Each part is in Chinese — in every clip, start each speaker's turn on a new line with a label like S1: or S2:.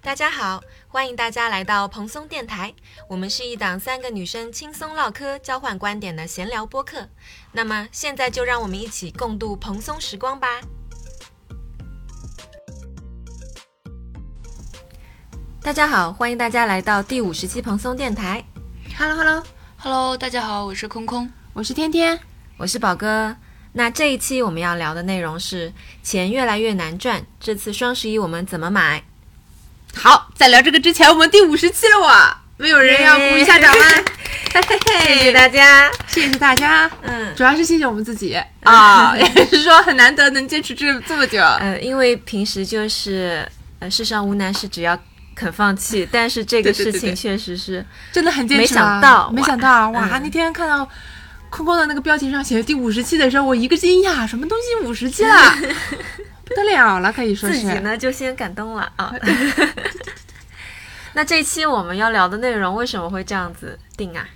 S1: 大家好，欢迎大家来到蓬松电台。我们是一档三个女生轻松唠嗑、交换观点的闲聊播客。那么现在就让我们一起共度蓬松时光吧。大家好，欢迎大家来到第五十期蓬松电台。
S2: Hello Hello，
S3: Hello，大家好，我是空空。
S2: 我是天天。
S1: 我是宝哥。那这一期我们要聊的内容是钱越来越难赚，这次双十一我们怎么买？
S2: 好，在聊这个之前，我们第五十期了哇，没有人要鼓一下掌吗？嘿嘿嘿，
S1: 谢谢大家。
S2: 谢谢大家，
S1: 嗯。
S2: 主要是谢谢我们自己啊， 也是说很难得能坚持这这么久。
S1: 呃，因为平时就是呃，世上无难事，只要肯放弃。但是这个
S2: 对对
S1: 事
S2: 对
S1: 情
S2: 对
S1: 确实是，
S2: 真的很坚持，啊
S1: 没想到
S2: 没想到啊
S1: 哇
S2: 哇！
S1: 嗯
S2: 那天看到空空的那个标题上写的第五十期的时候，我一个惊讶，什么东西五十期 了，不得了了，可以说
S1: 自己
S2: 是
S1: 呢就先感动了啊。 那这一期我们要聊的内容为什么会这样子定 啊？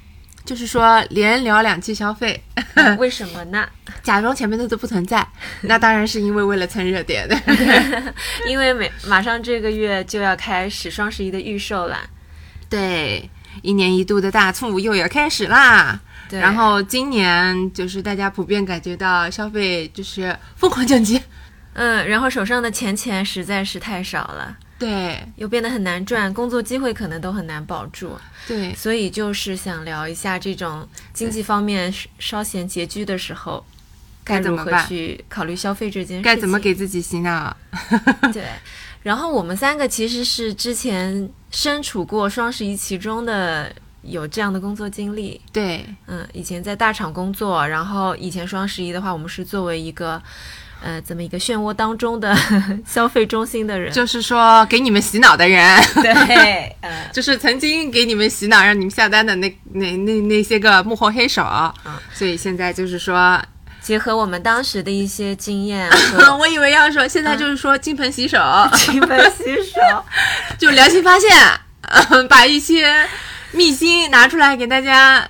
S2: 就是说连聊两期消费，
S1: 嗯为什么呢？
S2: 假装前面的都不存 在，那当然是因为为了蹭热点，对不对？
S1: 因为每马上这个月就要开始双十一的预售啦。
S2: 对，一年一度的大促又要开始啦。
S1: 对，
S2: 然后今年就是大家普遍感觉到消费就是疯狂降级，
S1: 嗯，然后手上的钱钱实在是太少了，
S2: 对
S1: 又变得很难赚，工作机会可能都很难保住。
S2: 对，
S1: 所以就是想聊一下这种经济方面稍显拮据的时候，该
S2: 该怎
S1: 如
S2: 么
S1: 何
S2: 办？
S1: 去考虑消费这件事情，
S2: 该怎么给自己洗 脑？
S1: 对。然后我们三个其实是之前身处过双十一其中的有这样的工作经历，
S2: 对，
S1: 嗯，以前在大厂工作，然后以前双十一的话，我们是作为一个呃这么一个漩涡当中的 消费中心的人，
S2: 就是说给你们洗脑的人，
S1: 对，呃，
S2: 就是曾经给你们洗脑让你们下单的那那那那些个幕后黑手，所以现在就是说，
S1: 结合我们当时的一些经验和
S2: 我以为要说现在就是说金盆 洗手，
S1: 勤奋洗手。
S2: 就良心发现， 嗯把一些秘辛拿出来给大家，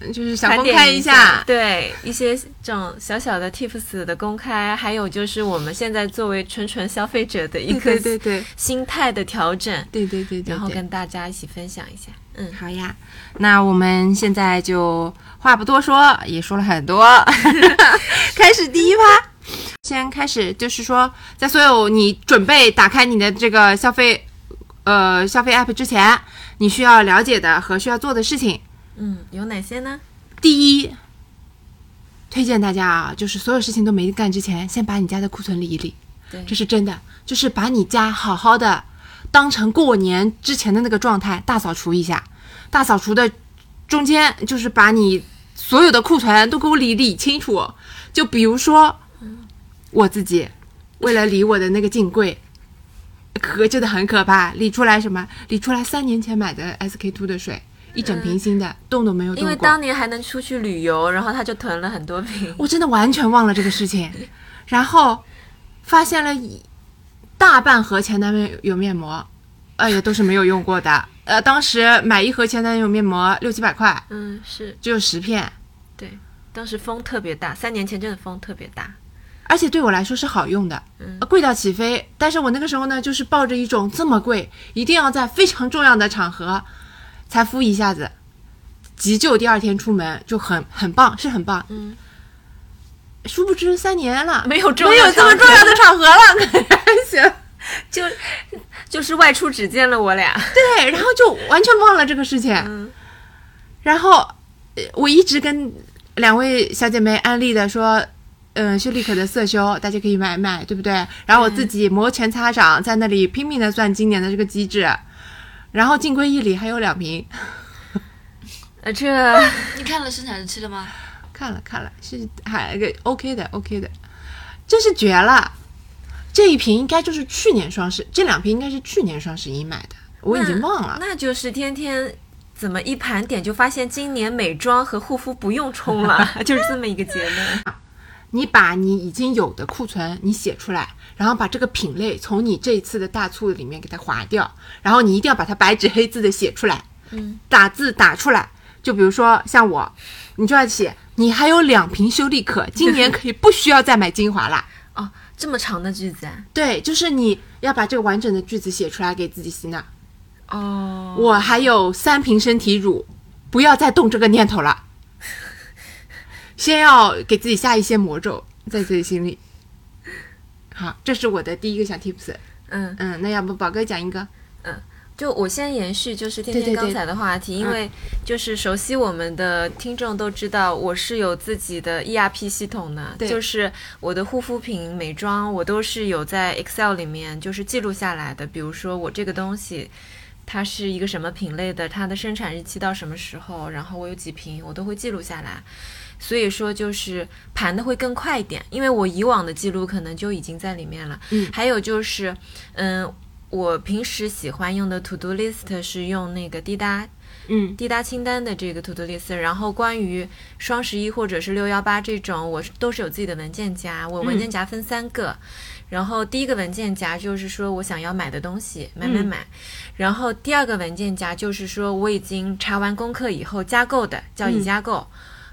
S2: 嗯就是想
S1: 盘
S2: 公
S1: 点
S2: 开
S1: 一
S2: 下。
S1: 对一些这种小小的 tips 的公开，还有就是我们现在作为纯纯消费者的一个
S2: 对对对
S1: 心态的调整，
S2: 对对对对
S1: 然后
S2: 对。
S1: 跟大家一起分享一下。嗯，
S2: 好呀，那我们现在就话不多说，也说了很多，开始第一趴。先开始就是说，在所有你准备打开你的这个消费，呃，消费 app 之前，你需要了解的和需要做的事情，
S1: 嗯，有哪些呢？
S2: 第一，推荐大家啊，就是所有事情都没干之前，先把你家的库存理一理。
S1: 对
S2: 这是真的，就是把你家好好的当成过年之前的那个状态大扫除一下。大扫除的中间，就是把你所有的库存都给我理理清楚。就比如说，我自己为了理我的那个镜柜，可真的很可怕，理出来什么？理出来三年前买的 SK two 的水，一整瓶新的，动都没有
S1: 嗯
S2: 动
S1: 因
S2: 过。
S1: 为当年还能出去旅游，然后他就囤了很多瓶。
S2: 我真的完全忘了这个事情，然后发现了一大半盒前男友有面膜，哎呀，都是没有用过的。呃，当时买一盒前男友面膜六七百块，
S1: 嗯，是
S2: 只有十片，
S1: 对，当时风特别大，三年前真的风特别大。
S2: 而且对我来说是好用的，
S1: 嗯
S2: 呃贵到起飞。但是我那个时候呢，就是抱着一种这么贵，一定要在非常重要的场合才敷一下子，急救第二天出门就很很棒，是很棒。
S1: 嗯，
S2: 殊不知三年了，
S1: 没有重要
S2: 没有这么
S1: 场合
S2: 重要的场合了， 可然行。
S1: 就就是外出只见了我俩。
S2: 对，然后就完全忘了这个事情。
S1: 嗯
S2: 然后呃我一直跟两位小姐妹安利的说，嗯，修丽可的色修大家可以买买，对不对？然后我自己摩拳擦掌，在那里拼命的算今年的这个机制，然后进归一里还有两瓶，
S1: 呃，这
S3: 你看了生产日期了吗？
S2: 看了看了是还个 OK 的 OK 的，真是绝了！这一瓶应该就是去年双十，这两瓶应该是去年双十一买的，我已经忘了。
S1: 那就是天天怎么一盘点就发现今年美妆和护肤不用冲了， 就是这么一个结论。
S2: 你把你已经有的库存你写出来，然后把这个品类从你这一次的大促里面给它划掉，然后你一定要把它白纸黑字的写出来，
S1: 嗯，
S2: 打字打出来。就比如说像我，你就要写，你还有两瓶修丽可，今年可以不需要再买精华啦。
S1: 哦，这么长的句子啊？
S2: 对，就是你要把这个完整的句子写出来给自己吸纳。
S1: 哦，
S2: 我还有三瓶身体乳，不要再动这个念头 了。先要给自己下一些魔咒，在自己心里。好，这是我的第一个小 tips。
S1: 嗯，
S2: 嗯，那要不宝哥讲一个？
S1: 就我先延续就是天
S2: 对
S1: 天
S2: 对嗯
S1: 刚
S2: 对
S1: 才的话题，因为就是熟悉我们的听众都知道，我是有自己的 ERP 系统的，
S2: 对
S1: 就是我的护肤品、美妆，我都是有在 Excel 里面就是记录下来的。比如说我这个东西。它是一个什么品类的？它的生产日期到什么时候？然后我有几瓶，我都会记录下来。所以说就是盘的会更快一点，因为我以往的记录可能就已经在里面了。
S2: 嗯
S1: 还有就是，嗯，我平时喜欢用的 To Do List 是用那个滴答
S2: 嗯
S1: 滴答清单的这个 To Do List，然后关于双十一或者是六幺八这种，我是都是有自己的文件夹，我文件夹分三个。
S2: 嗯
S1: 然后第一个文件夹就是说我想要买的东西，买买
S2: 嗯
S1: 买。然后第二个文件夹就是说我已经查完功课以后加购的，叫已
S2: 嗯
S1: 加购。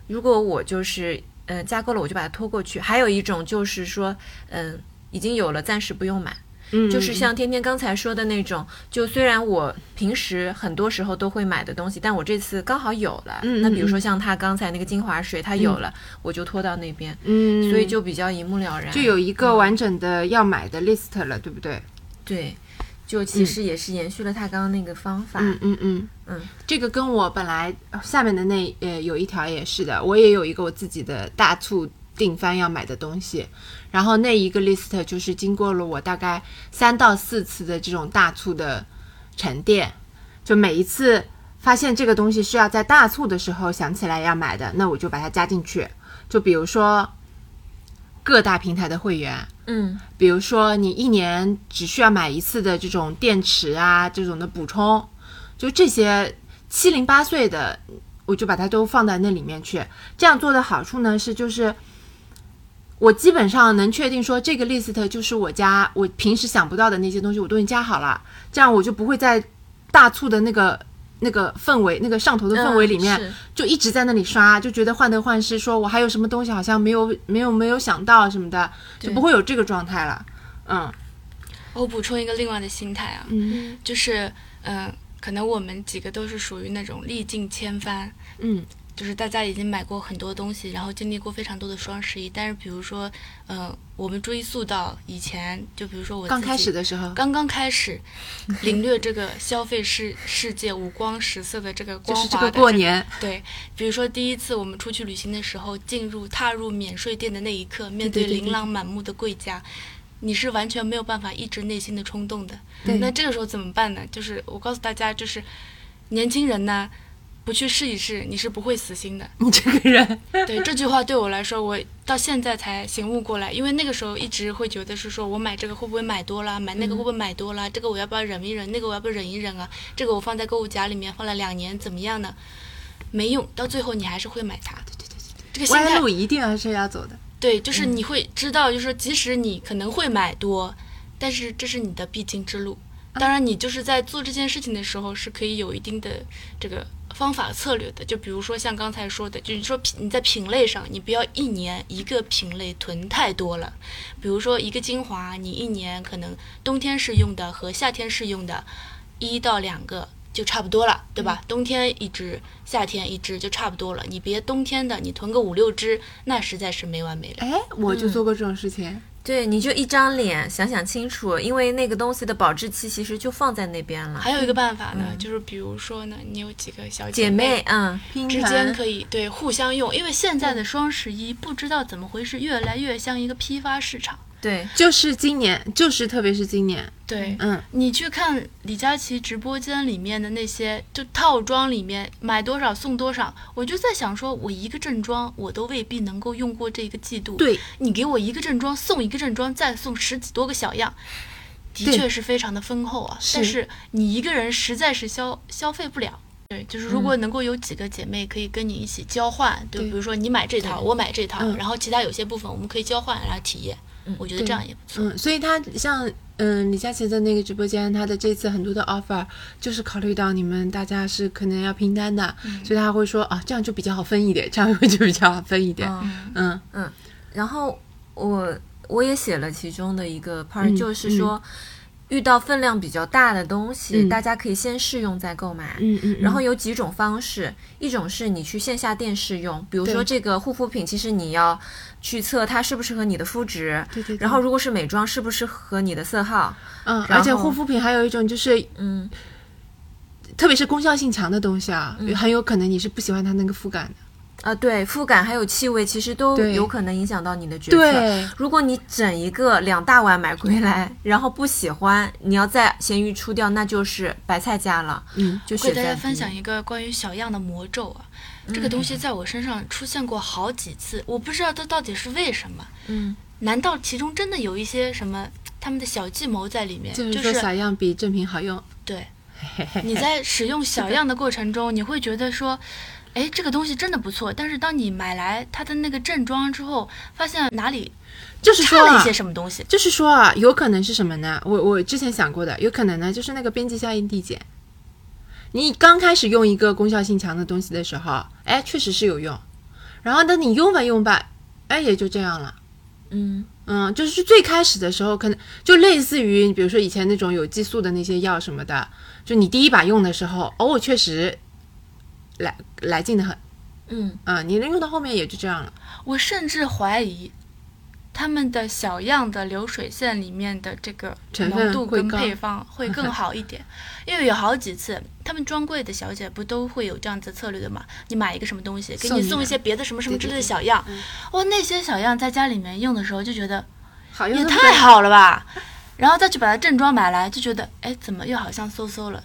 S1: 如果我就是呃加购了，我就把它拖过去。还有一种就是说，嗯、已经有了，暂时不用买。
S2: 嗯，
S1: 就是像天天刚才说的那种，就虽然我平时很多时候都会买的东西，但我这次刚好有了。
S2: 嗯
S1: 那
S2: 嗯
S1: 比如说像他刚才那个精华水，他有了，我就拖到那边，
S2: 嗯，
S1: 所以就比较一目了然。
S2: 就有一个完整的要买的 list 了，对不对？
S1: 对，就其实也是延续了他刚刚那个方法。
S2: 嗯嗯嗯
S1: 嗯，
S2: 这个跟我本来呃下面的那呃有一条也是的，我也有一个我自己的大促订番要买的东西，然后那一个 list 就是经过了我大概三到四次的这种大促的沉淀，就每一次发现这个东西是要在大促的时候想起来要买的，那我就把它加进去，就比如说各大平台的会员，
S1: 嗯
S2: 比如说你一年只需要买一次的这种电池啊，这种的补充，就这些七零八碎的，我就把它都放在那里面去。这样做的好处呢是，就是我基本上能确定说这个 list 就是我家我平时想不到的那些东西，我都已经加好了，这样我就不会在大促的那个。那个氛围，那个上头的氛围里面，
S1: 嗯是
S2: 就一直在那里刷，就觉得患得患失，说我还有什么东西好像没有没有没有想到什么的，就
S1: 对
S2: 不会有这个状态了。嗯
S3: 我补充一个另外的心态啊，
S2: 嗯
S3: 就是嗯、呃可能我们几个都是属于那种历尽千帆，
S2: 嗯
S3: 就是大家已经买过很多东西，然后经历过非常多的双十一。但是比如说，嗯、我们追溯到以前，就比如说我
S2: 刚开
S3: 自己
S2: 始的时候，
S3: 刚刚开始领略这个消费世世界五光十色的这个
S2: 就
S3: 光
S2: 是这
S3: 华
S2: 个
S3: 的
S2: 过年，
S3: 对，比如说第一次我们出去旅行的时候，进入踏入免税店的那一刻，面对
S2: 对对对
S3: 琳琅满目的柜架，你是完全没有办法抑制内心的冲动的。
S2: 对
S3: 那这个时候怎么办呢？就是我告诉大家，就是年轻人呢，不去试一试，你是不会死心的。
S2: 你这个人，
S3: 对这句话对我来说，我到现在才醒悟过来，因为那个时候一直会觉得是说我买这个会不会买多了，买那个会不会买多了，这个我要不要忍一忍，那个我要不要忍一忍啊？这个我放在购物夹里面放了两年，怎么样呢？没用，到最后你还是会买它。对对对这个心
S2: 歪
S3: 态
S2: 路一定还是要走的。
S3: 对，就是你会知道，就是说即使你可能会买多，但是这是你的必经之路。
S1: 嗯
S3: 当然，你就是在做这件事情的时候是可以有一定的这个方法策略的。就比如说像刚才说的，就是说品你在品类上，你不要一年一个品类囤太多了。比如说一个精华，你一年可能冬天试用的和夏天试用的，一到两个就差不多了，对
S1: 嗯
S3: 吧？冬天一支，夏天一支就差不多了。你别冬天的你囤个五六支，那实在是没完没了。
S2: 哎，我就做过这种事情，
S1: 对，你就一张脸，想想清楚，因为那个东西的保质期其实就放在那边了。
S3: 还有一个办法呢，就是比如说呢，你有几个小
S1: 嗯姐妹
S3: 妹，
S1: 嗯，
S2: 拼
S3: 之
S2: 团
S3: 间可以对互相用，因为现在的双十一不知道怎么回事，越来越像一个批发市场。
S1: 对，
S2: 就是今年，就是特别是今年，
S3: 对，
S2: 嗯，
S3: 你去看李佳琦直播间里面的那些，就套装里面买多少送多少，我就在想说，我一个正装我都未必能够用过这一个季度。，
S2: 对，
S3: 你给我一个正装送一个正装，再送十几多个小样，的
S2: 对
S3: 确是非常的丰厚啊。但
S2: 是
S3: 是你一个人实在是消消费不了。对，就是如果能够有几个姐妹可以跟你一起交换，对，
S2: 嗯对
S3: 比如说你买这套，我买这套，
S2: 嗯
S3: 然后其他有些部分我们可以交换来体验，我觉得
S2: 对
S3: 这样也不错。
S2: 嗯，所以他像嗯李佳琦的那个直播间，他的这次很多的 offer 就是考虑到你们大家是可能要拼单的，所以他会说啊，这样就嗯比较好分一点，这样会就比较好分一点，
S1: 嗯。
S2: 嗯
S1: 然后我我也写了其中的一个 part，、
S2: 嗯
S1: 就是说、遇到分量比较大的东西，
S2: 嗯
S1: 大家可以先试用再购买。
S2: 嗯嗯
S1: 然后有几种方式，一种是你去线下店试用，比如说
S2: 对
S1: 这个护肤品，其实你要去测它适不适合你的肤质，
S2: 对对对
S1: 然后如果是美妆，适不适合你的色号？
S2: 嗯，
S1: 然
S2: 而且
S1: 后
S2: 护肤品还有一种就是，
S1: 嗯，
S2: 特别是功效性强的东西啊，很有可能你是不喜欢它那个肤感的。
S1: 啊，对，肤感还有气味，其实都
S2: 对
S1: 有可能影响到你的决策。
S2: 对，
S1: 如果你整一个两大碗买回来，然后不喜欢，你要在闲鱼出掉，那就是白菜价了。
S2: 嗯，嗯
S1: 就
S3: 我给
S1: 血
S3: 大家
S1: 在
S3: 分享一个关于小样的魔咒啊，这个东西在我身上出现过好几次，我不知道这到底是为什么。
S1: 嗯，
S3: 难道其中真的有一些什么他们的小计谋在里面？
S2: 就
S3: 就是
S2: 说小样比正品好用。
S3: 对，你
S2: 哎
S3: 在使用小样的过程中，你会觉得说，哎，这个东西真的不错。但是当你买来它的那个正装之后，发现哪里
S2: 就是说
S3: 差了
S2: 啊
S3: 一些，什么东西，
S2: 就是说啊，有可能是什么呢？我我之前想过的，有可能呢就是那个边际效应递减。你刚开始用一个功效性强的东西的时候，哎，确实是有用。然后等你用吧用吧，哎，也就这样了。
S1: 嗯
S2: 嗯，就是最开始的时候，可能就类似于，比如说以前那种有激素的那些药什么的，就你第一把用的时候，哦，确实来来劲的很，
S1: 嗯，
S2: 嗯，你能用到后面也就这样了。
S3: 我甚至怀疑。他们的小样的流水线里面的这个
S2: 成分
S3: 浓度
S2: 会
S3: 跟
S2: 高
S3: 配 方会更好一点，因为有好几次，他们专柜的小姐不都会有这样子策略的嘛？你买一个什么东西，给
S2: 送
S3: 你
S2: 你
S3: 送一
S2: 的
S3: 些别的什么什么
S2: 对
S3: 之
S2: 对
S3: 类的
S2: 对嗯
S3: 小样，哇，那些小样在家里面用的时候就觉得
S2: 好
S3: 也太好了吧！然后再去把它正装买来，就觉得哎，怎么又好像嗖嗖 了，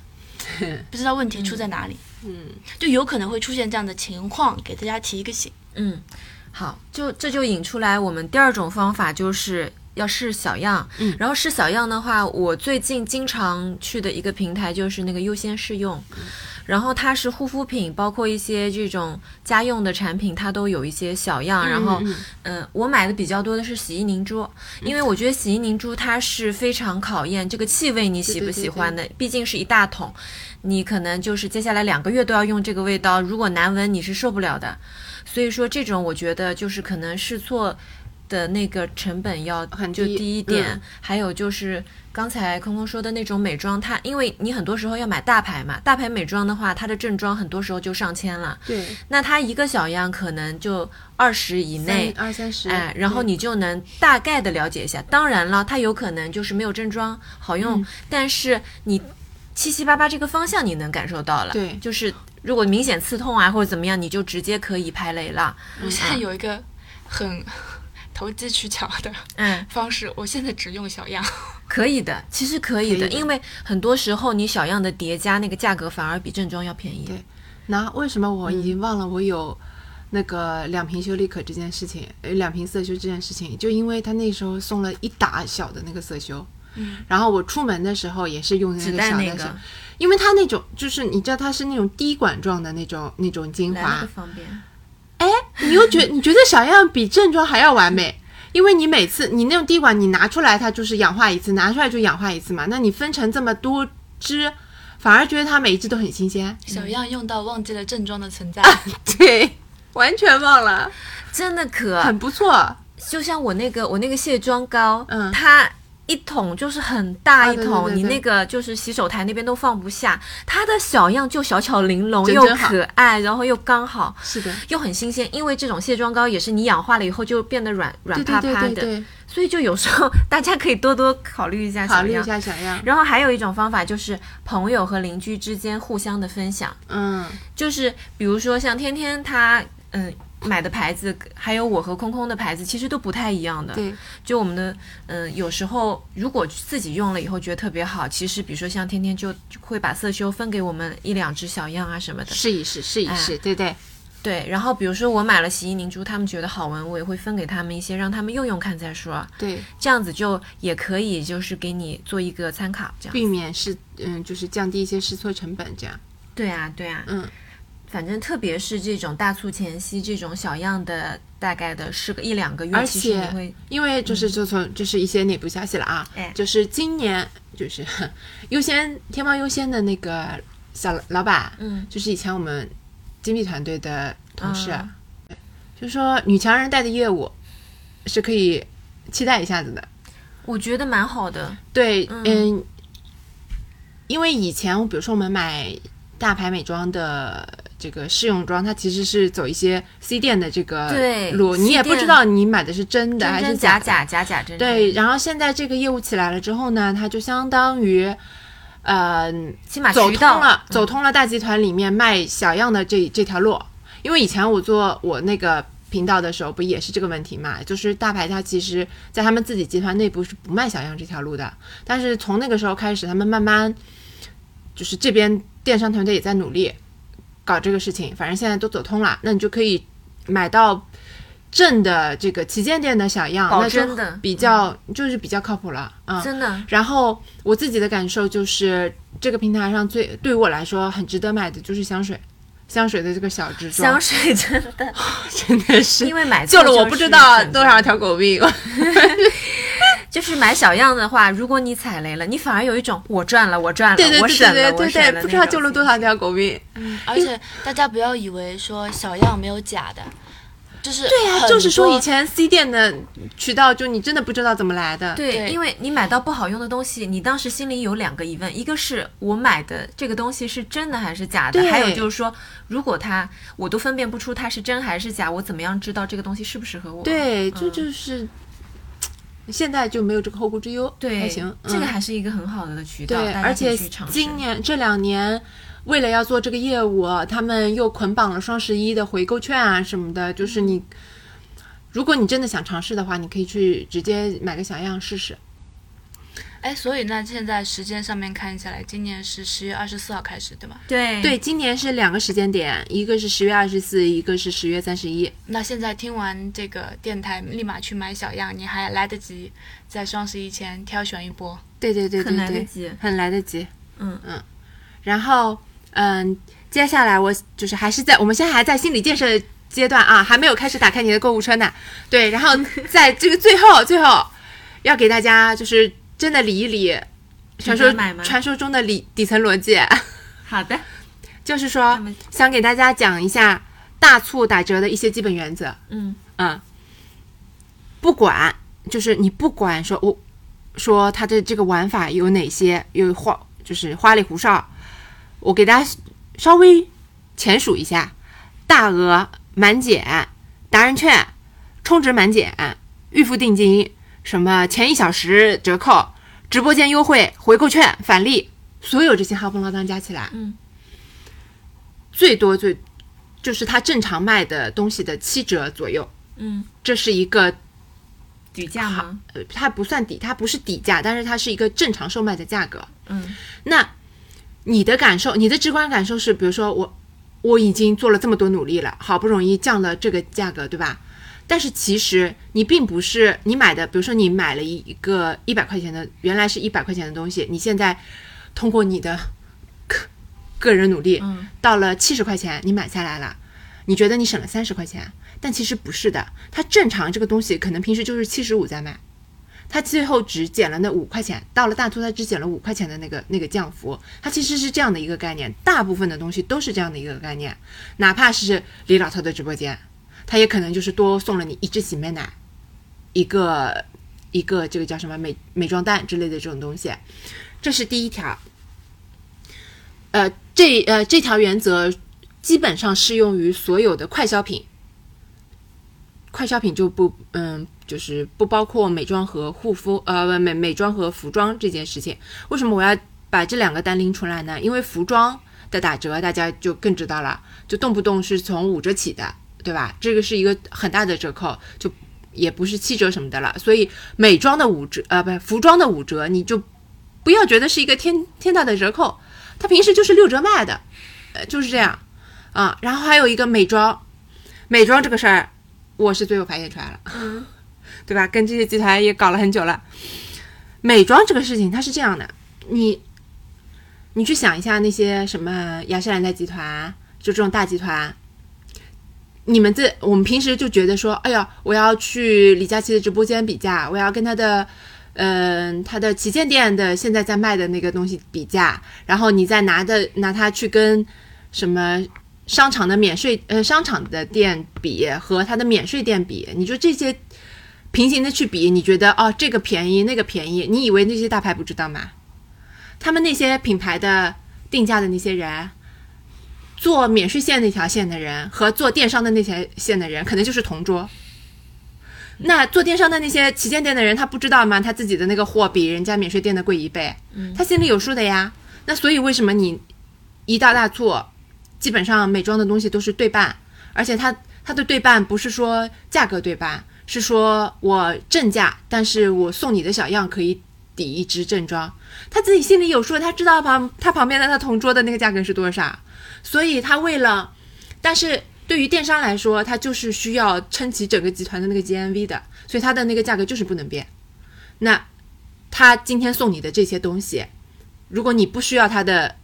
S3: 不知道问题出在哪里，
S2: 嗯，
S3: 就有可能会出现这样的情况，给大家提一个醒。
S1: 嗯，好，就这就引出来我们第二种方法，就是要试小样。
S2: 嗯
S1: 然后试小样的话，我最近经常去的一个平台就是那个优先试用，然后它是护肤品，包括一些这种家用的产品，它都有一些小样。然后，
S2: 嗯
S1: 嗯、我买的比较多的是洗衣凝珠，因为我觉得洗衣凝珠它是非常考验这个气味你喜不喜欢的，毕竟是一大桶，你可能就是接下来两个月都要用这个味道，如果难闻你是受不了的。所以说这种我觉得就是可能试错的那个成本要
S2: 很
S1: 就
S2: 低
S1: 低一点，
S2: 嗯
S1: 还有就是刚才空空说的那种美妆，它因为你很多时候要买大牌嘛，大牌美妆的话，它的正装很多时候就上千了，
S2: 对，
S1: 那它一个小样可能就二十以内
S2: 三。二三十，嗯
S1: 哎，然后
S2: 对
S1: 你就能大概的了解一下。当然了，它有可能就是没有正装好用，
S2: 嗯
S1: 但是你七七八八这个方向你能感受到了。
S2: 对
S1: 就是如果明显刺痛啊或者怎么样，你就直接可以排雷了。
S2: 嗯
S3: 我现
S2: 啊
S3: 在有一个很投机取巧的
S1: 嗯，
S3: 方式，我现在只用小
S2: 嗯
S3: 样。
S1: 可以的，其实可以的，
S2: 可以的
S1: 因为很多时候你小样的叠加，那个价格反而比正装要便宜。
S2: 对那为什么我已经忘了我有那个两瓶修丽可这件事情，呃，两瓶色修这件事情，就因为他那时候送了一打小的那个色修，
S3: 嗯，
S2: 然后我出门的时候也是用那
S1: 只
S2: 个
S1: 带
S2: 小的
S1: 那
S2: 色
S1: 个，
S2: 因为它那种就是你知道它是那种滴管状的那种那种精
S1: 来那
S2: 华
S1: 个，方便。
S2: 哎，你又觉你觉得小样比正装还要完美，因为你每次你那种滴管你拿出来它就是氧化一次，拿出来就氧化一次嘛，那你分成这么多支，反而觉得它每一支都很新鲜，
S3: 小样用到忘记了正装的存在，
S2: 啊对，完全忘了。
S1: 真的可，
S2: 很不错，
S1: 就像我那个我那个卸妆膏，
S2: 嗯
S1: 它一桶就是很大
S2: 啊
S1: 一
S2: 对
S1: 桶，
S2: 对对
S1: 你
S2: 对
S1: 那个就是洗手台那边都放不下。它的小样就小巧玲珑，
S2: 真
S1: 又
S2: 真好
S1: 可爱，然后又刚好，
S2: 是的，
S1: 又很新鲜。因为这种卸妆膏也是你氧化了以后就变得软软
S2: 对
S1: 趴
S2: 对对
S1: 趴
S2: 对
S1: 的，
S2: 对，
S1: 所以就有时候大家可以多多考虑一下
S2: 考
S1: 小
S2: 虑一
S1: 样。
S2: 下小样，
S1: 然后还有一种方法就是朋友和邻居之间互相的分享，
S2: 嗯，
S1: 就是比如说像天天他嗯买的牌子，还有我和空空的牌子，其实都不太一样的。
S2: 对，
S1: 就我们的嗯，有时候如果自己用了以后觉得特别好，其实比如说像天天就就会把色修分给我们一两支小样啊什么的。
S2: 试一试，试一试，对对，
S1: 对，然后比如说我买了洗衣凝珠，他们觉得好闻，我也会分给他们一些，让他们用用看再说。
S2: 对，
S1: 这样子就也可以就是给你做一个参考，这样。
S2: 避免试，嗯，就是降低一些试错成本，这样，
S1: 对啊，对啊。
S2: 嗯，
S1: 反正特别是这种大促前夕这种小样的，大概的是个一两个
S2: 而
S1: 月，其实
S2: 且
S1: 你会
S2: 因为就是就从就是一些内部消息了啊
S1: 哎，
S2: 就是今年就是 优先天猫优先的那个小老板，
S1: 嗯
S2: 就是以前我们经济团队的同事
S1: 啊，
S2: 就说女强人带的业务是可以期待一下子的。
S1: 我觉得蛮好的。
S2: 对，嗯，因为以前我比如说我们买大牌美妆的这个试用装，它其实是走一些 C 店的这个
S1: 对
S2: 路，你
S1: C
S2: 也不
S1: 店
S2: 知道你买的是真的
S1: 真
S2: 还是
S1: 真假
S2: 的。
S1: 假，假假真真。
S2: 对，，然后现在这个业务起来了之后呢，它就相当于，呃，
S1: 起码
S2: 走
S1: 渠
S2: 通
S1: 道嗯
S2: 了，走通了大集团里面卖小样的这这条路。因为以前我做我那个频道的时候，不也是这个问题嘛？就是大牌它其实在他们自己集团内部是不卖小样这条路的，但是从那个时候开始，他们慢慢就是这边电商团队也在努力搞这个事情，反正现在都走通了，那你就可以买到。正的这个旗舰店的小样，
S1: 保
S2: 那就
S1: 真的
S2: 比较、就是比较靠谱了啊。
S1: 真的
S2: 然后我自己的感受就是，这个平台上最对于我来说很值得买的就是香水，香水的这个小支
S1: 香
S2: 装，
S1: 水真的，
S2: 真的是
S1: 因为 买
S2: 救
S1: 错
S2: 了
S1: 就
S2: 我不知
S1: 是
S2: 道
S1: 选择
S2: 多少条狗命。
S1: 就是买小样的话，如果你踩雷了，你反而有一种我赚了，我赚了，
S2: 对对
S1: 我
S2: 对
S1: 省了，
S2: 对
S1: 我
S2: 对
S1: 省
S2: 对
S1: 了
S2: 对，
S1: 那
S2: 不知道
S1: 种
S2: 救了多少条狗命。
S3: 而且大家不要以为说小样没有假的，就是
S2: 对呀、就是说以
S3: 前。
S2: 前 C 店的渠道，就你真的不知道怎么来的。
S1: 对，
S3: 对
S1: 因为你买到不好用的东西，你当时心里有两个疑问：一个是我买的这个东西是真的还是假的
S2: 对；
S1: 还有就是说，如果它我都分辨不出它是真还是假，我怎么样知道这个东西适不适合我？
S2: 对，这就是、现在就没有这个后顾之忧，
S1: 对，
S2: 还行，
S1: 这个
S2: 嗯
S1: 还是一个很好的渠道，
S2: 对，
S1: 大家
S2: 而
S1: 可
S2: 且
S1: 以去尝试。
S2: 今年这两年，为了要做这个业务，他们又捆绑了双十一的回购券啊什么的。就是你，
S1: 嗯
S2: 如果你真的想尝试的话，你可以去直接买个小样试试。
S3: 哎，所以那现在时间上面看下来，今年是十月二十四号开始，对吧？
S1: 对
S2: 对，今年是两个时间点，一个是十月二十四，一个是十月三十一。
S3: 那现在听完这个电台，立马去买小样，你还来得及在双十一前挑选一波。
S2: 对对对
S1: 很
S2: 对
S1: 来得
S2: 对，
S1: 及。
S2: 很来得及。
S1: 嗯
S2: 嗯，然后嗯，接下来我就是还是在我们现在还在心理建设阶段啊，还没有开始打开你的购物车呢。对，然后在这个最后最后要给大家就是真的理一理传说
S1: 值得买吗
S2: 传说中的理底层逻辑，
S1: 好的，
S2: 就是说
S1: 那么
S2: 想给大家讲一下大促打折的一些基本原则。
S1: 嗯，
S2: 嗯，不管就是你不管说我说它的这个玩法有哪些，有花就是花里胡哨，我给大家稍微浅数一下：大额满减、达人券、充值满减、预付定金、什么前一小时折扣、直播间优惠、回购券返利，所有这些哈不拉当加起来，
S1: 嗯，
S2: 最多最就是它正常卖的东西的七折左右。
S1: 嗯，
S2: 这是一个
S1: 举价吗？
S2: 呃它不算底，它不是底价，但是它是一个正常售卖的价格。
S1: 嗯，
S2: 那你的感受，你的直观感受是，比如说我我已经做了这么多努力了，好不容易降了这个价格，对吧？但是其实你并不是你买的，比如说你买了一个一百块钱的，原来是一百块钱的东西，你现在通过你的个个人努力，
S1: 嗯
S2: 到了七十块钱，你买下来了，你觉得你省了三十块钱，但其实不是的，它正常这个东西可能平时就是七十五在卖，它最后只减了那五块钱，到了大促它只减了五块钱的那个那个降幅，它其实是这样的一个概念，大部分的东西都是这样的一个概念，哪怕是李老头的直播间，他也可能就是多送了你一支洗面奶，一个一个这个叫什么美美妆蛋之类的这种东西，这是第一条。呃，这呃这条原则基本上适用于所有的快消品，快消品就不嗯，就是不包括美妆和护肤呃不美美妆和服装这件事情。为什么我要把这两个单拎出来呢？因为服装的打折大家就更知道了，就动不动是从五折起的，对吧？这个是一个很大的折扣，就也不是七折什么的了。所以美妆的五折呃不服装的五折，你就不要觉得是一个天天大的折扣，它平时就是六折卖的，呃就是这样啊。然后还有一个美妆，美妆这个事儿。我是最后发现出来了， 对吧？跟这些集团也搞了很久了。美妆这个事情，它是这样的，你你去想一下那些什么雅诗兰黛集团，就这种大集团，你们这我们平时就觉得说，哎呀，我要去李佳琦的直播间比价，我要跟他的。嗯，他的旗舰店的现在在卖的那个东西比价，然后你再拿的拿它去跟什么商场的免税呃商场的店比和它的免税店比，你说这些平行的去比，你觉得哦这个便宜那个便宜，你以为那些大牌不知道吗？他们那些品牌的定价的那些人，做免税线那条线的人和做电商的那条线的人，可能就是同桌。那做电商的那些旗舰店的人，他不知道吗？他自己的那个货比人家免税店的贵一倍，他心里有数的呀。那所以为什么你一到大促，基本上美妆的东西都是对半，而且它它的对半不是说价格对半，是说我正价，但是我送你的小样可以抵一支正装。他自己心里有数，他知道旁他旁边的他同桌的那个价格是多少，所以他为了，但是对于电商来说，他就是需要撑起整个集团的那个 GMV 的，所以它的那个价格就是不能变。那他今天送你的这些东西，如果你不需要它的，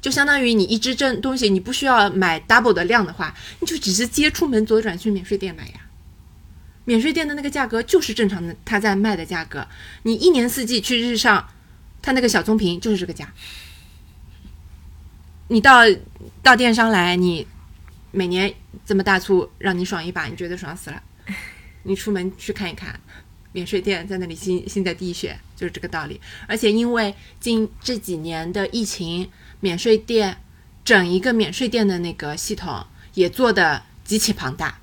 S2: 就相当于你一支正东西，你不需要买 double 的量的话，你就只是接出门左转去免税店买呀。免税店的那个价格就是正常的，他在卖的价格。你一年四季去日上，他那个小棕瓶就是这个价。你到到电商来，你每年这么大促让你爽一把，你觉得爽死了。你出门去看一看，免税店在那里心心在滴血，就是这个道理。而且因为近这几年的疫情，免税店整一个免税店的那个系统也做的极其庞大。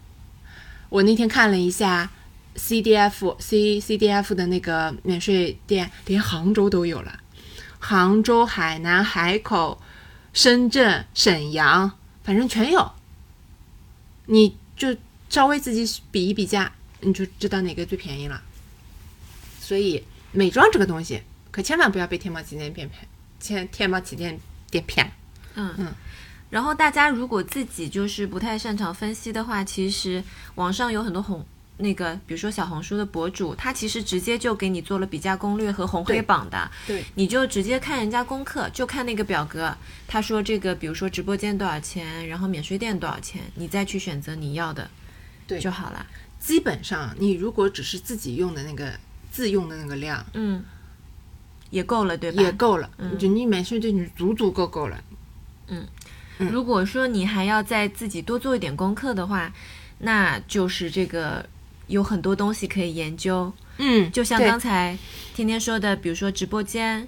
S2: 我那天看了一下 CDF C CDF 的那个免税店，连杭州都有了，杭州、海南、海口、深圳、沈阳，反正全有。你就稍微自己比一比价，你就知道哪个最便宜了。所以美妆这个东西，可千万不要被天猫旗舰店骗，天天猫旗舰店骗了。
S1: 然后大家如果自己就是不太擅长分析的话，其实网上有很多红那个，比如说小红书的博主，他其实直接就给你做了比价攻略和红黑
S2: 对
S1: 榜的，
S2: 对
S1: 你就直接看人家功课，就看那个表格，他说这个比如说直播间多少钱，然后免税店多少钱，你再去选择你要的，
S2: 对
S1: 就好了。
S2: 基本上你如果只是自己用的那个自用的那个量，
S1: 嗯，也够了，对吧？
S2: 也够了，就你免税店你足足够够了。
S1: 如果说你还要再自己多做一点功课的话，那就是这个有很多东西可以研究。
S2: 嗯
S1: 就像刚才天天说的，比如说直播间、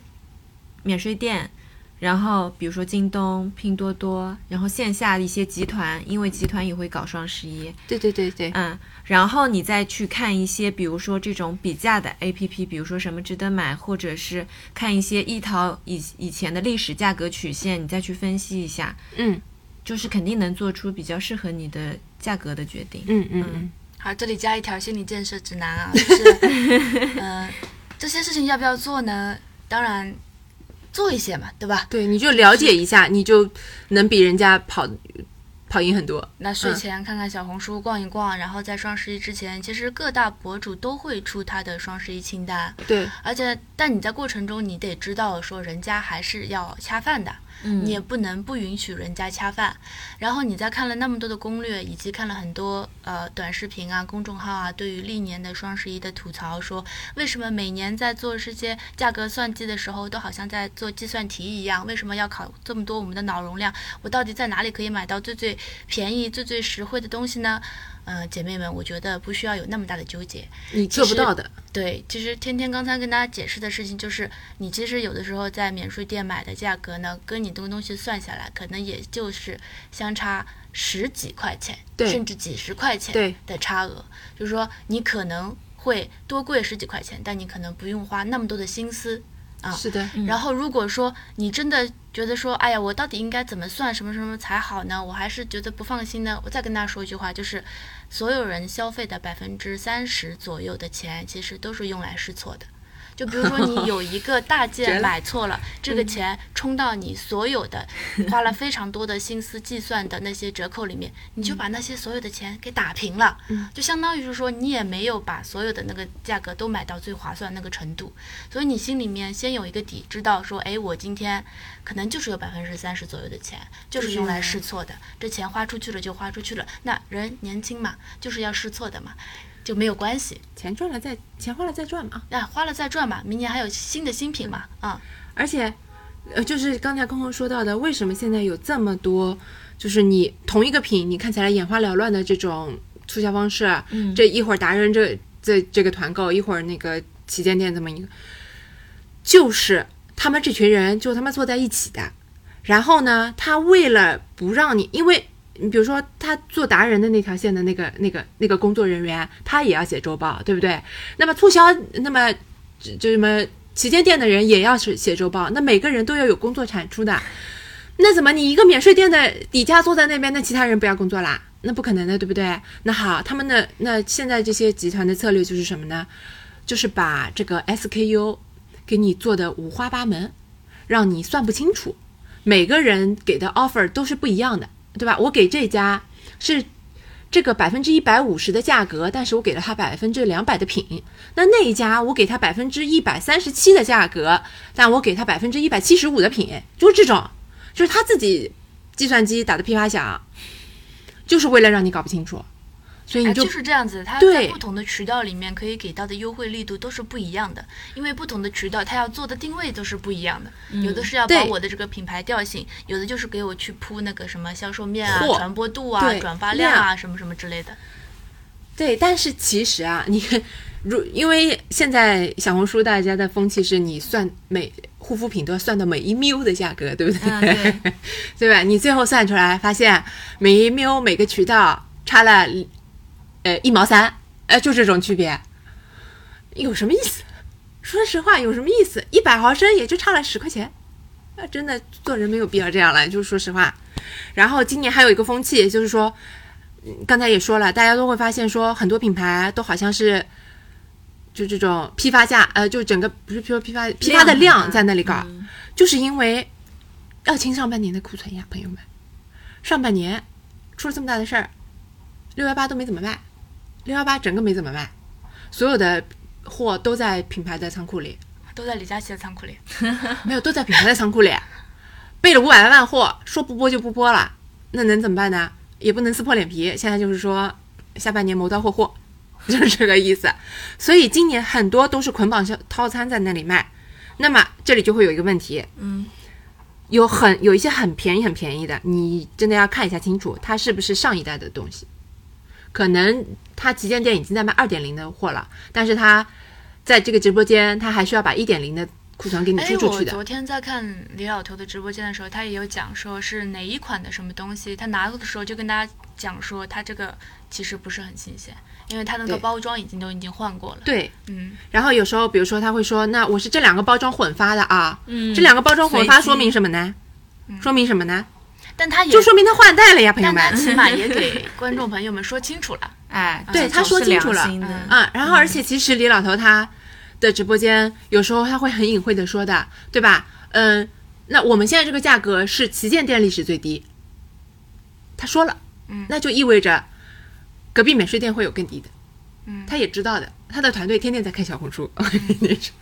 S1: 免税店，然后比如说京东、拼多多，然后线下的一些集团，因为集团也会搞双十一，
S2: 对对对对，
S1: 嗯，然后你再去看一些，比如说这种比价的 A P P，比如说什么值得买，或者是看一些一淘以以前的历史价格曲线，你再去分析一下，
S2: 嗯
S1: 就是肯定能做出比较适合你的价格的决定。
S2: 嗯嗯嗯，
S3: 好，这里加一条心理建设指南啊，就是，呃，这些事情要不要做呢？当然，做一些嘛，对吧？
S2: 对，你就了解一下，你就能比人家跑跑赢很多。
S3: 那睡前看看小红书，逛一逛，然后在双十一之前，其实各大博主都会出他的双十一清单，
S2: 对
S3: 而且，但你在过程中，你得知道说人家还是要恰饭的，
S1: 嗯
S3: 你也不能不允许人家恰饭。然后你在看了那么多的攻略，以及看了很多呃短视频啊、公众号啊，对于历年的双十一的吐槽说，为什么每年在做这些价格算计的时候，都好像在做计算题一样？为什么要考这么多我们的脑容量？我到底在哪里可以买到最最便宜、最最实惠的东西呢？嗯、姐妹们，我觉得不需要有那么大的纠结。
S2: 你做不到的，
S3: 对，其实天天刚才跟大家解释的事情就是，你其实有的时候在免税店买的价格呢，跟你这个东西算下来，可能也就是相差十几块钱，
S2: 对
S3: 甚至几十块钱
S2: 对
S3: 的差额。就是说，你可能会多贵十几块钱，但你可能不用花那么多的心思啊。
S2: 是的，
S3: 然后，如果说你真的觉得说，哎呀，我到底应该怎么算什么什么才好呢？我还是觉得不放心呢。我再跟大家说一句话，就是所有人消费的百分之三十左右的钱，其实都是用来试错的。就比如说，你有一个大件买错了，这个钱充到你所有的花了非常多的心思计算的那些折扣里面，你就把那些所有的钱给打平了，就相当于是说你也没有把所有的那个价格都买到最划算那个程度，所以你心里面先有一个底，知道说，哎，我今天可能就是有百分之三十左右的钱，就是用来试错的，这钱花出去了就花出去了。那人年轻嘛，就是要试错的嘛，就没有关系。
S2: 钱赚了再钱花了再赚嘛。
S3: 那、花了再赚嘛，明年还有新的新品嘛，啊、
S2: 而且，呃，就是刚才空空说到的，为什么现在有这么多，就是啊你同一个品，你看起来眼花缭乱的这种促销方式，这一会儿达人这这这个团购，一会儿那个旗舰店这么一个，就是他们这群人就他妈坐在一起的。然后呢，他为了不让你，因为你比如说他做达人的那条线的那个那个那个工作人员，他也要写周报，对不对？那么促销，那么就就什么旗舰店的人也要是写周报，那每个人都要有工作产出的。那怎么你一个免税店的底价坐在那边，那其他人不要工作啦？那不可能的，对不对？那好，他们的那现在这些集团的策略就是什么呢？就是把这个 SKU 给你做的五花八门，让你算不清楚。每个人给的 offer 都是不一样的，对吧？我给这家是这个百分之一百五十的价格，但是我给了他百分之两百的品。那那一家我给他百分之一百三十七的价格，但我给他百分之一百七十五的品，就是这种。就是他自己计算机打的噼啪响，就是为了让你搞不清楚，所以你
S3: 哎，
S2: 就、
S3: 就是这样子，它在
S2: 对
S3: 不同的渠道里面可以给到的优惠力度都是不一样的，因为不同的渠道它要做的定位都是不一样的，
S2: 嗯
S3: 有的是要
S2: 对
S3: 把我的这个品牌调性，有的就是给我去铺那个什么销售面啊、
S2: 货
S3: 传播度啊、
S2: 对
S3: 转发量啊什么什么之类的。
S2: 对。但是其实啊，你如因为现在小红书大家的风气是你算每护肤品都要算到每一 ml 的价格，对不对？
S3: 嗯对
S2: 对吧？你最后算出来发现每一 ml 每个渠道差了呃一毛三，呃就这种区别，有什么意思？说实话，有什么意思？一百毫升也就差了十块钱，啊，真的做人没有必要这样了，就是说实话。然后今年还有一个风气，就是说，嗯刚才也说了，大家都会发现说，很多品牌都好像是就这种批发价，呃，就整个不是说批发批发的
S1: 量啊
S2: 量在那里搞，就是因为要清上半年的库存呀，朋友们，上半年出了这么大的事儿，六幺八都没怎么卖，六幺八整个没怎么卖，所有的货都在品牌的仓库里，
S3: 都在李佳琦的仓库里。
S2: 没有，都在品牌的仓库里，备了五百万货，说不播就不播了，那能怎么办呢？也不能撕破脸皮，现在就是说下半年谋刀霍霍， 就是这个意思。所以今年很多都是捆绑销套餐在那里卖，那么这里就会有一个问题，
S3: 嗯，
S2: 有很有一些很便宜很便宜的，你真的要看一下清楚，它是不是上一代的东西，可能它旗舰店已经在卖二点零的货了，但是它在这个直播间，它还需要把一点零的库存给你
S3: 哎，
S2: 出出
S3: 我
S2: 去的。
S3: 昨天在看李老头的直播间的时候，他也有讲说是哪一款的什么东西，他拿到的时候就跟大家讲说，他这个其实不是很新鲜，因为他那个
S2: 对
S3: 包装已经都已经换过了。
S2: 对，
S3: 嗯，
S2: 然后有时候比如说他会说，那我是这两个包装混发的啊，
S1: 嗯
S2: 这两个包装混
S1: 随
S2: 发
S1: 机嗯
S2: 说明什么呢？说明什么呢？
S3: 但他也
S2: 就说明他换代了呀，朋友
S3: 但他
S2: 们。
S3: 起码也给观众朋友们说清楚了。
S1: 哎，
S2: 对
S1: 这
S2: 他
S1: 种
S2: 说
S1: 是
S2: 清楚
S1: 良
S2: 了
S1: 心的
S3: 嗯
S2: 啊，然后而且其实李老头他的直播间有时候他会很隐晦的说的，对吧？嗯，那我们现在这个价格是旗舰店历史最低，他说了，
S3: 嗯
S2: 那就意味着隔壁免税店会有更低的，
S3: 嗯
S2: 他也知道的，他的团队天天在看小红书，我跟 你说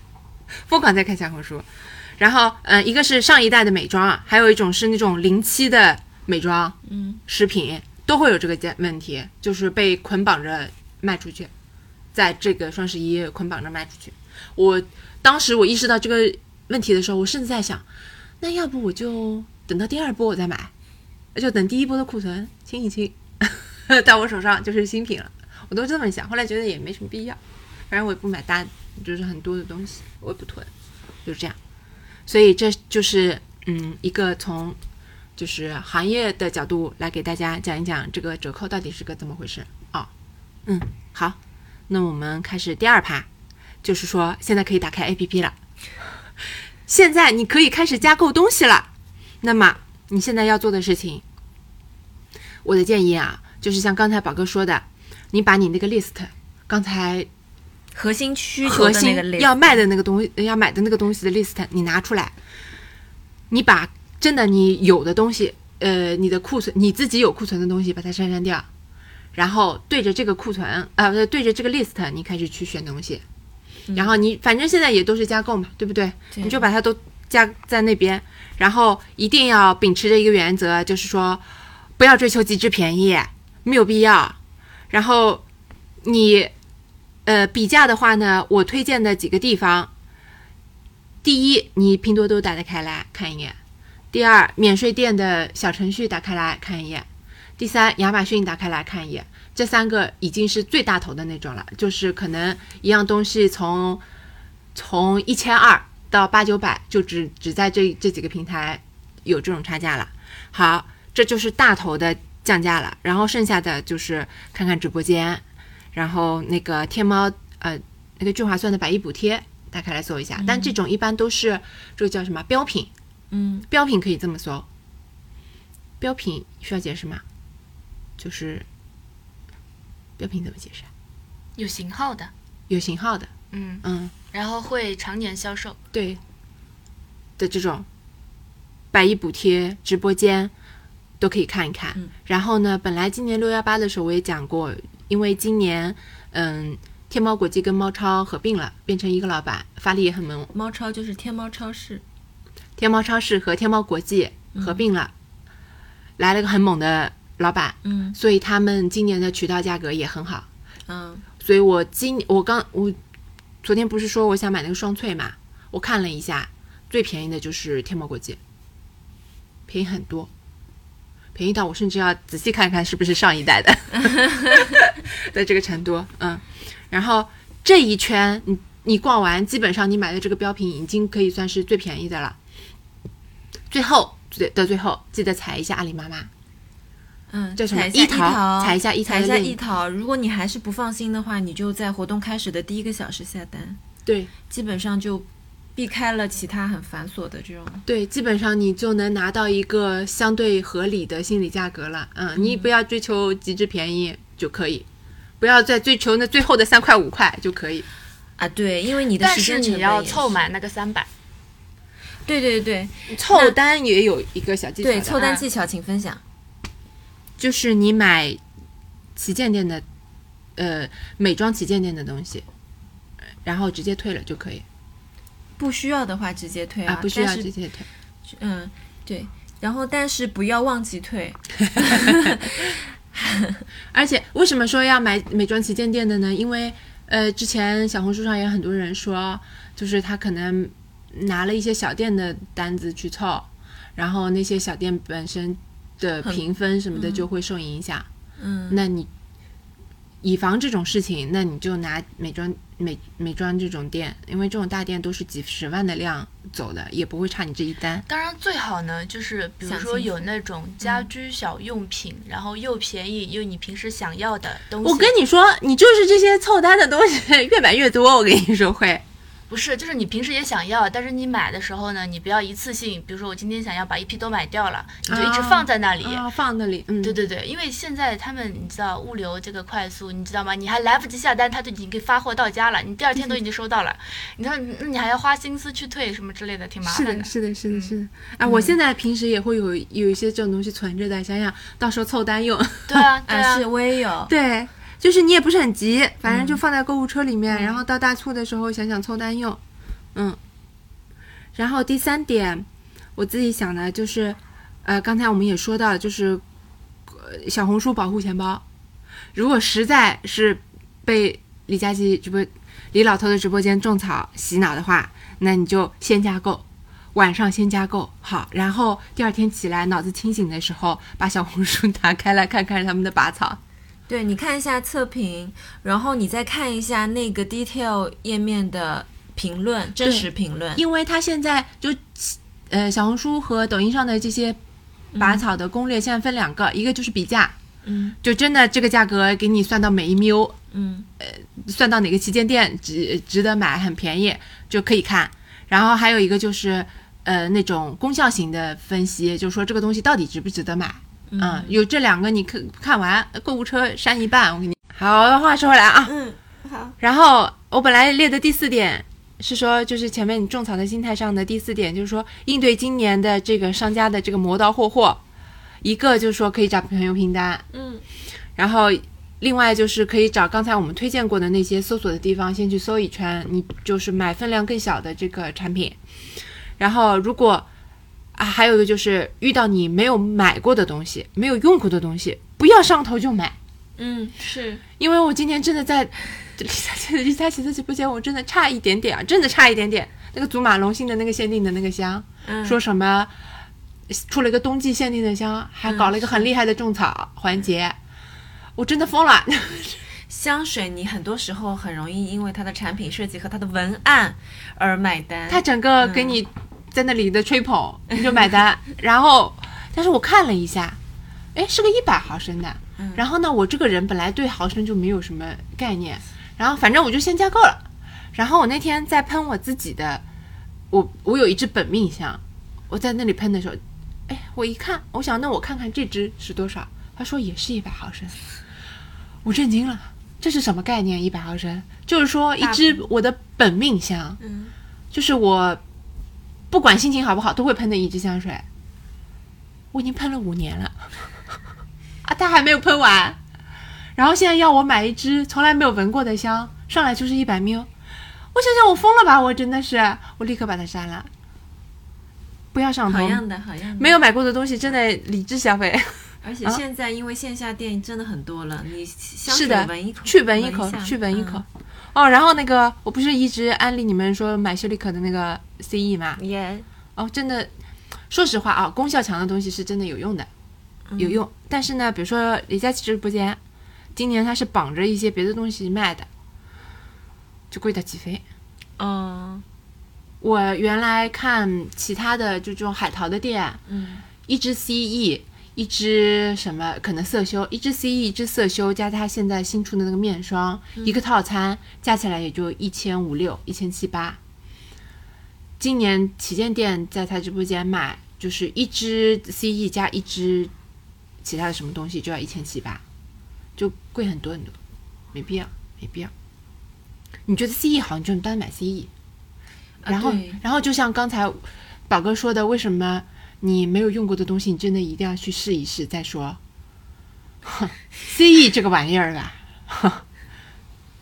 S2: 疯狂在看小红书。然后，嗯、一个是上一代的美妆啊，还有一种是那种零七的美妆，
S1: 嗯，
S2: 食品都会有这个件问题，就是被捆绑着卖出去，在这个双十一捆绑着卖出去。我当时我意识到这个问题的时候，我甚至在想，那要不我就等到第二波我再买，就等第一波的库存清一清， 到我手上就是新品了。我都这么想，后来觉得也没什么必要，反正我也不买单，就是很多的东西我也不囤，就是这样。所以这就是嗯一个从就是行业的角度来给大家讲一讲这个折扣到底是个怎么回事啊、嗯，好，那我们开始第二趴，就是说现在可以打开 APP 了，现在你可以开始加购东西了。那么你现在要做的事情，我的建议啊，就是像刚才宝哥说的，你把你那个 list，刚才
S1: 核心需求
S2: 核
S1: 的那
S2: 心
S1: 个 list
S2: 要卖的那个东西，呃要买的那个东西的 list，你拿出来，你把真的你有的东西，呃，你的库存，你自己有库存的东西，把它删删掉，然后对着这个库存，啊、不对，对着这个 list，你开始去选东西，然后你反正现在也都是加购嘛，对不对？
S1: 嗯对
S2: 你就把它都加在那边，然后一定要秉持着一个原则，就是说不要追求极致便宜，没有必要。然后你呃比价的话呢，我推荐的几个地方，第一，你拼多多打得开来看一眼；第二，免税店的小程序打开来看一眼；第三，亚马逊打开来看一眼，这三个已经是最大头的那种了，就是可能一样东西从从一千二到八九百，就只只在这这几个平台有这种差价了。好，这就是大头的降价了，然后剩下的就是看看直播间，然后那个天猫呃那个聚划算的百亿补贴，大概来搜一下，但这种一般都是这个叫什么标品，
S1: 嗯，
S2: 标品可以这么搜。标品需要解释吗？就是标品怎么解释啊？
S3: 有型号的，
S2: 有型号的，
S3: 嗯，
S2: 嗯，
S3: 然后会常年销售，
S2: 对的这种百亿补贴直播间都可以看一看。
S1: 嗯
S2: 然后呢，本来今年六幺八的时候我也讲过，因为今年嗯天猫国际跟猫超合并了，变成一个老板，发力也很猛。
S1: 猫超就是天猫超市，
S2: 天猫超市和天猫国际合并了，来了个很猛的老板，
S1: 嗯
S2: 所以他们今年的渠道价格也很好。
S1: 嗯
S2: 所以我今我刚我昨天不是说我想买那个双萃嘛，我看了一下，最便宜的就是天猫国际，便宜很多，便宜到我甚至要仔细看看是不是上一代的 的这个程度，嗯，然后这一圈你你逛完，基本上你买的这个标品已经可以算是最便宜的了。最后最的最后，记得踩一下阿里妈妈，
S1: 嗯，
S2: 叫什么
S1: 踩一下一
S2: 一淘踩一下一淘
S1: 踩一下
S2: 的链
S1: 一淘。如果你还是不放心的话，你就在活动开始的第一个小时下单，
S2: 对
S1: 基本上就避开了其他很繁琐的这种。
S2: 对，基本上你就能拿到一个相对合理的心理价格了。嗯，你不要追求极致便宜就可以，不要再追求那最后的三块五块就可以。
S1: 啊，对，因为你的
S3: 但
S1: 时
S3: 是
S1: 间成
S3: 你
S1: 本
S3: 要
S1: 也
S3: 凑
S1: 是，
S3: 满那个三百，
S1: 对对对
S2: 凑单也有一个小技巧的，啊
S1: 对，凑单技巧请分享。
S2: 就是你买旗舰店的，呃，美妆旗舰店的东西，然后直接退了就可以
S1: 不需要的话直接退
S2: 啊，不需要
S1: 但
S2: 直
S1: 是
S2: 接退。
S1: 嗯，对。然后，但是不要忘记退，
S2: 而且为什么说要买美妆旗舰店的呢？因为呃，之前小红书上也有很多人说，就是他可能拿了一些小店的单子去凑，然后那些小店本身的
S1: 很
S2: 评分什么的就会受影响。
S1: 嗯，
S2: 那你以防这种事情，那你就拿美妆美美妆这种店，因为这种大店都是几十万的量走的，也不会差你这一单。
S3: 当然最好呢，就是比如
S1: 想
S3: 说
S1: 清
S3: 有那种家居小用品，然后又便宜又你平时想要的东西。
S2: 我跟你说，你就是这些凑单的东西 越买越多，我跟你说会。
S3: 不是，就是你平时也想要，但是你买的时候呢，你不要一次性，比如说我今天想要把一批都买掉了，你就一直
S2: 啊
S3: 放在那里。
S2: 啊，放那里，嗯，
S3: 对对对，因为现在他们你知道物流这个快速，你知道吗？你还来不及下单，他就已经给发货到家了，你第二天都已经收到了，你说那你还要花心思去退什么之类的，挺嗯麻
S2: 是
S3: 烦
S2: 的，是的，是的，是的。啊，我现在平时也会有有一些这种东西存着的，想想到时候凑单用。
S3: 对 啊，对
S1: 啊，
S3: 啊，
S1: 是我也有，
S2: 对，就是你也不是很急，反正就放在购物车里面，然后到大促的时候想想凑单用。嗯。然后第三点，我自己想的就是，呃，刚才我们也说到，就是、呃、小红书保护钱包，如果实在是被李佳琦直播、李老头的直播间种草洗脑的话，那你就先加购，晚上先加购好，然后第二天起来脑子清醒的时候，把小红书 打开来看看他们的拔草。
S1: 对，你看一下测评，然后你再看一下那个 detail 页面的评论，真实评论。
S2: 因为他现在就呃小红书和抖音上的这些拔草的攻略，现在分两个，一个就是比价，
S1: 嗯
S2: 就真的这个价格给你算到每一缪，
S1: 嗯，
S2: 算到哪个旗舰店值值得买，很便宜就可以看。然后还有一个就是呃那种功效型的分析，就是说这个东西到底值不值得买。嗯，有这两个你看看完，购物车删一半，我给你。好，话说回来啊，
S1: 嗯，好，
S2: 然后我本来列的第四点是说，就是前面你种草的心态上的第四点，就是说应对今年的这个商家的这个磨刀霍霍，一个就是说可以找朋友拼单，
S1: 嗯，
S2: 然后另外就是可以找刚才我们推荐过的那些搜索的地方先去搜一圈，你就是买分量更小的这个产品。然后如果啊，还有一个就是遇到你没有买过的东西、没有用过的东西，不要上头就买。
S1: 嗯，是，
S2: 因为我今天真的在 李佳琦李佳琦的直播间，我真的差一点点啊，真的差一点点。那个祖马龙星的那个限定的那个香，
S1: 嗯，
S2: 说什么出了一个冬季限定的香，还搞了一个很厉害的种草环节，我真的疯了。
S1: 香水你很多时候很容易因为它的产品设计和它的文案而买单。
S2: 他整个给你在那里的吹捧，你就买单。然后，但是我看了一下，哎，是个一百毫升的。然后呢，我这个人本来对毫升就没有什么概念，然后反正我就先加购了。然后我那天在喷我自己的，我我有一支本命香，我在那里喷的时候，哎，我一看，我想那我看看这支是多少，他说也是一百毫升，我震惊了，这是什么概念？一百毫升，就是说一支我的本命香，
S1: 嗯，
S2: 就是我不管心情好不好都会喷的一支香水，我已经喷了五年了，啊，它还没有喷完。然后现在要我买一支从来没有闻过的香，上来就是一百 ml，我想想我疯了吧，我真的是，我立刻把它删了，不要上
S1: 好
S2: 头。
S1: 样的，好样的。
S2: 没有买过的东西，真的理智消 费。
S1: 而且
S2: 啊
S1: 现在因为线下店真的很多了，你香
S2: 是
S1: 水
S2: 的
S1: 闻一口，
S2: 去闻一口
S1: 下，
S2: 去闻一口
S1: 嗯。
S2: 哦，然后那个，我不是一直安利你们说买修丽可的那个 E CE 吗？
S1: 耶，
S2: 哦，真的，说实话啊，功效强的东西是真的有用的，有用。但是呢，比如说李佳琦直播间，今年它是绑着一些别的东西卖的，就贵到起飞。
S1: 嗯
S2: 我原来看其他的就这种海淘的店，
S1: 嗯
S2: 一支 CE，一支什么可能色修，一支 CE，一支色修，加它现在新出的那个面霜，一个套餐加起来也就一千五六、一千七八。今年旗舰店在他直播间买，就是一支 CE 加一支其他的什么东西就要一千七八，就贵很多很多，没必要，没必要。你觉得 CE 好，你就单买 E CE，
S1: 啊
S2: 然后、
S1: 对
S2: 然后就像刚才宝哥说的，为什么你没有用过的东西，你真的一定要去试一试再说。CE 这个玩意儿啊吧，哼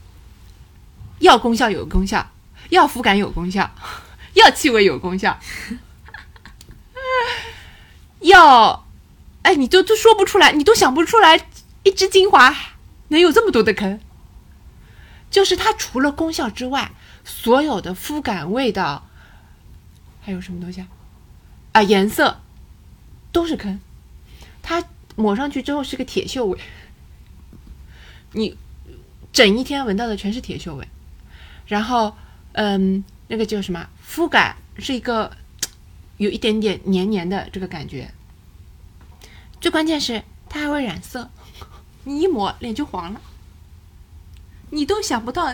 S2: 要功效有功效，要肤感有功效，要气味有功效，要，哎，你都都说不出来，你都想不出来，一支精华能有这么多的坑。就是它除了功效之外，所有的肤感、味道，还有什么东西啊？啊，颜色都是坑。它抹上去之后是个铁锈味，你整一天闻到的全是铁锈味。然后，嗯，那个叫什么？肤感是一个有一点点黏黏的这个感觉。最关键是它还会染色，你一抹脸就黄了。你都想不到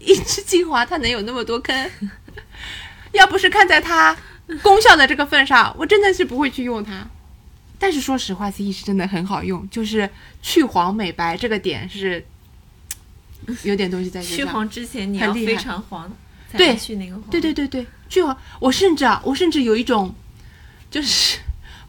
S2: 一支精华它能有那么多坑。 要不是看在它功效的这个份上，我真的是不会去用它。但是说实话，CE 是真的很好用，就是去黄美白这个点是有点东西在身
S1: 去
S2: 上。
S1: 黄之前你要
S2: 很厉害
S1: 非常黄才
S2: 对
S1: 能去那个黄，
S2: 对对对对，去黄，我甚至啊，我甚至有一种，就是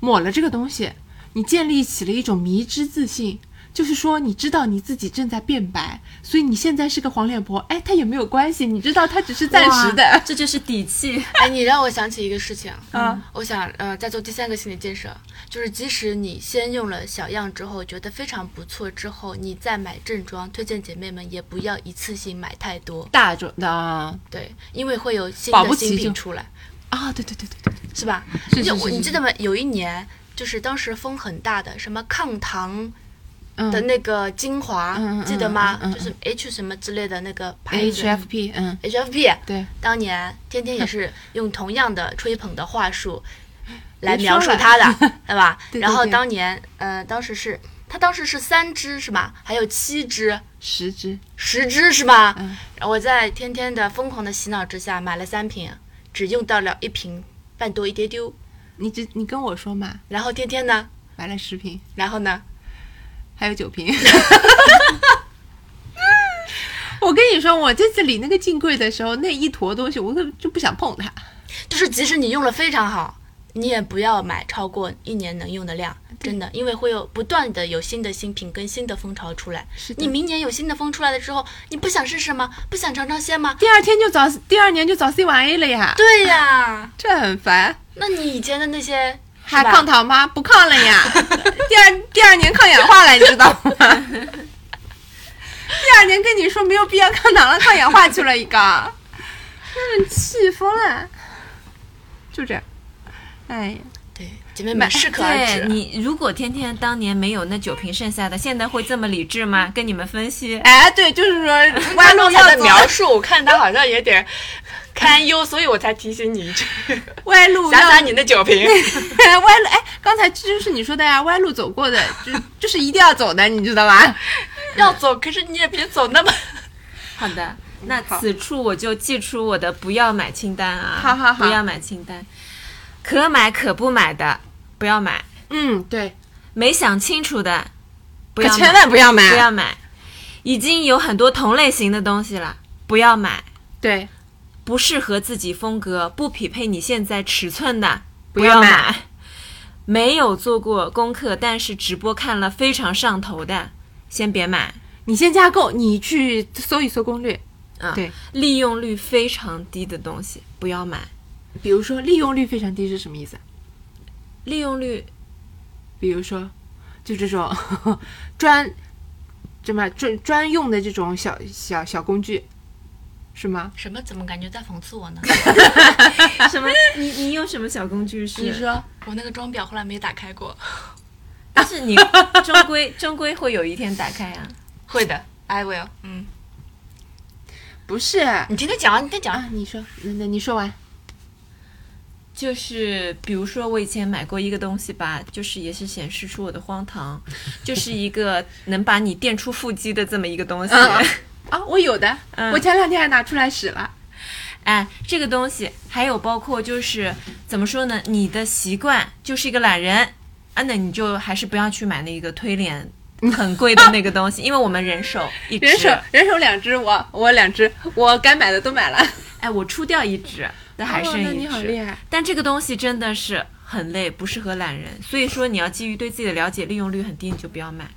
S2: 抹了这个东西，你建立起了一种迷之自信，就是说你知道你自己正在变白，所以你现在是个黄脸婆，哎，它也没有关系，你知道它只是暂时
S1: 哇
S2: 的，
S1: 这就是底气。
S3: 哎，你让我想起一个事情，
S2: 啊，
S3: 我想呃，在做第三个心理建设，就是即使你先用了小样之后觉得非常不错，之后你再买正装，推荐姐妹们也不要一次性买太多，
S2: 大众的啊，
S3: 对，因为会有新
S2: 保不
S3: 的
S2: 齐
S3: 新
S2: 就
S3: 品出来。
S2: 啊对对对对对，
S3: 是吧？就
S2: 是
S3: 是我
S2: 是
S3: 你
S2: 是
S3: 记得吗？有一年就是当时风很大的什么抗糖
S2: 嗯
S3: 的那个精华，
S2: 嗯嗯嗯
S3: 记得吗、
S2: 嗯嗯嗯
S3: 就是 H 什么之类的那个牌子。
S2: ，HFP，嗯，
S3: HFP
S2: 对，
S3: 当年天天也 是用同样的吹捧的话术来
S2: 别
S3: 描
S2: 说
S3: 述
S2: 了
S3: 它 的，对吧？
S2: 对对
S3: 然后
S2: 对
S3: 当年，呃，当时是它当时是三支是吧？还有七支、
S2: 十支，
S3: 十支是吧？
S2: 嗯
S3: 我在天天的疯狂的洗脑之下买了三瓶，只用到了一瓶半多一丢丢。
S2: 你只你跟我说嘛，
S3: 然后天天呢，
S2: 买了十瓶，
S3: 然后呢？
S2: 还有酒瓶。 我跟你说，我这次理那个进柜的时候，那一坨东西，我根本就不想碰它。
S3: 就是即使你用了非常好，你也不要买超过一年能用的量，真的，因为会有不断的有新的新品跟新的风潮出来。
S2: 是的
S3: 你明年有新的风出来了之后，你不想试试吗？不想尝尝鲜吗？
S2: 第二天就找，第二年就找 C 玩 A 了呀，
S3: 对呀、
S2: 这很烦。
S3: 那你以前的那些是
S2: 还
S3: 吧
S2: 抗糖吗？不抗了 呀。第二第二年抗氧化了，你知道 吗？第二年跟你说没有必要抗糖了，抗氧化去了一个，让人气疯了。就这样，哎呀，
S3: 对，姐妹们适可而止。
S1: 对 你如果天天当年没有那酒瓶剩下的，现在会这么理智吗？跟你们分析，
S2: 哎，对，就是 说
S3: 弯
S2: 弯路
S3: 路
S2: 要
S3: 才的
S2: 走，
S3: 描述，我看他好像有点堪忧，所以我才提醒你 一句，
S2: 歪路
S3: 想
S2: 要
S3: 想你的酒 瓶。
S2: 歪路，哎，刚才这就是你说的呀，歪路走过的，就就是一定要走的，你知道吧？
S3: 要走，可是你也别走那么。
S1: 好的，那
S2: 嗯好
S1: 此处我就记出我的不要买清单啊，
S2: 好好好
S1: 不要买清单，可买可不买的不要买，
S2: 嗯，对，
S1: 没想清楚的不
S2: 可
S1: 要
S2: 千
S1: 买，
S2: 万不要买，
S1: 不要买，已经有很多同类型的东西了，不要买，
S2: 对，
S1: 不适合自己风格，不匹配你现在尺寸的
S2: 不
S1: 要
S2: 要买
S1: 买。没有做过功课，但是直播看了非常上头的，先别买。
S2: 你先加购，你去搜一搜攻略，
S1: 啊，
S2: 对，
S1: 利用率非常低的东西不要买。
S2: 比如说利用率非常低是什么意思？啊
S1: 利用率
S2: 比如说，就这种 专，什么专专用的这种小小小工具，是吗？
S3: 什么？怎么感觉在讽刺我呢？
S1: 啊什么？你你有什么小工具是？
S3: 你 说我那个装裱后来没打开过，
S1: 但是你终归 终归会有一天打开啊。
S3: 会的，I will。嗯，
S2: 不是啊，
S3: 你听他讲，你听他讲。
S2: 你说，那那你说完，
S1: 就是比如说，我以前买过一个东西吧，就是也是显示出我的荒唐，就是一个能把你电出腹肌的这么一个东西。
S2: 嗯啊，我有的，
S1: 嗯
S2: 我前两天还拿出来使了。
S1: 哎，这个东西还有包括就是怎么说呢？你的习惯就是一个懒人啊，那你就还是不要去买那个推 脸很贵的那个东西，因为我们人手一只，
S2: 人手人手两只，我我两只，我该买的都买了，
S1: 哎，我出掉一只，那还剩
S2: 哦那
S1: 一
S2: 你好
S1: 只。
S2: 厉害，
S1: 但这个东西真的是很累，不适合懒人，所以说你要基于对自己的了解，利用率很低，你就不要买。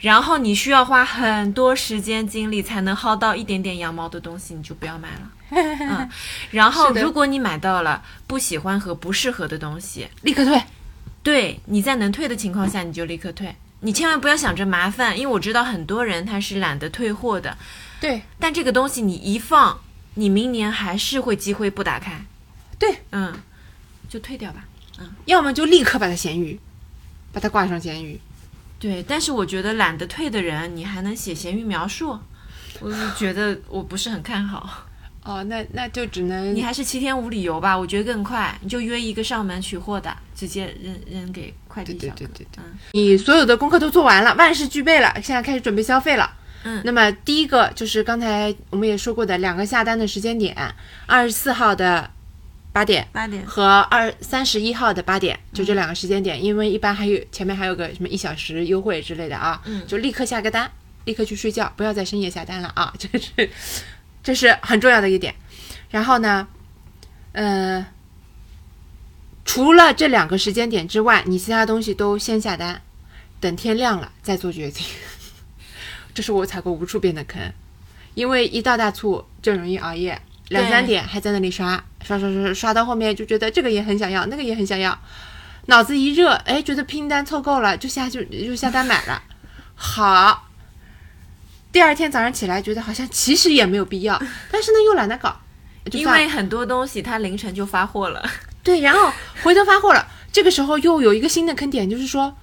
S1: 然后你需要花很多时间精力才能薅到一点点羊毛的东西，你就不要买了。 嗯，然后
S2: 是的
S1: 如果你买到了不喜欢和不适合的东西，
S2: 立刻退。
S1: 对你在能退的情况下，你就立刻退。你千万不要想着麻烦，因为我知道很多人他是懒得退货的，
S2: 对
S1: 但这个东西你一放，你明年还是会积灰不打开。
S2: 对，
S1: 嗯，就退掉吧。
S2: 要么就立刻把它咸鱼，把它挂上咸鱼。
S1: 对，但是我觉得懒得退的人，你还能写闲鱼描述，我就觉得我不是很看好。
S2: 哦，那那就只能
S1: 你还是七天无理由吧，我觉得更快。你就约一个上门取货的，直接扔扔给快递
S2: 对对
S1: 小哥。
S2: 对对对
S1: 嗯
S2: 你所有的功课都做完了，万事俱备了，现在开始准备消费了。
S1: 嗯
S2: 那么第一个就是刚才我们也说过的两个下单的时间点，二十四号的八点
S1: 八点嗯
S2: 和二三十一号的八点，就这两个时间点，因为一般还有前面还有个什么一小时优惠之类的啊，
S1: 嗯
S2: 就立刻下个单，立刻去睡觉，不要在深夜下单了啊，这是这是很重要的一点。然后呢，呃，除了这两个时间点之外，你其他东西都先下单，等天亮了再做决定。 这是我踩过无数遍的坑，因为一到大促就容易熬夜，两
S1: 对
S2: 三点还在那里刷刷刷刷刷刷到后面就觉得这个也很想要，那个也很想要，脑子一热，哎，觉得拼单凑够了就下就就下单买了，好。第二天早上起来觉得好像其实也没有必要，但是呢又懒得搞，就
S1: 因
S2: 算了
S1: 为很多东西它凌晨就发货了。
S2: 对，然后回头发货了，这个时候又有一个新的坑点，就是说，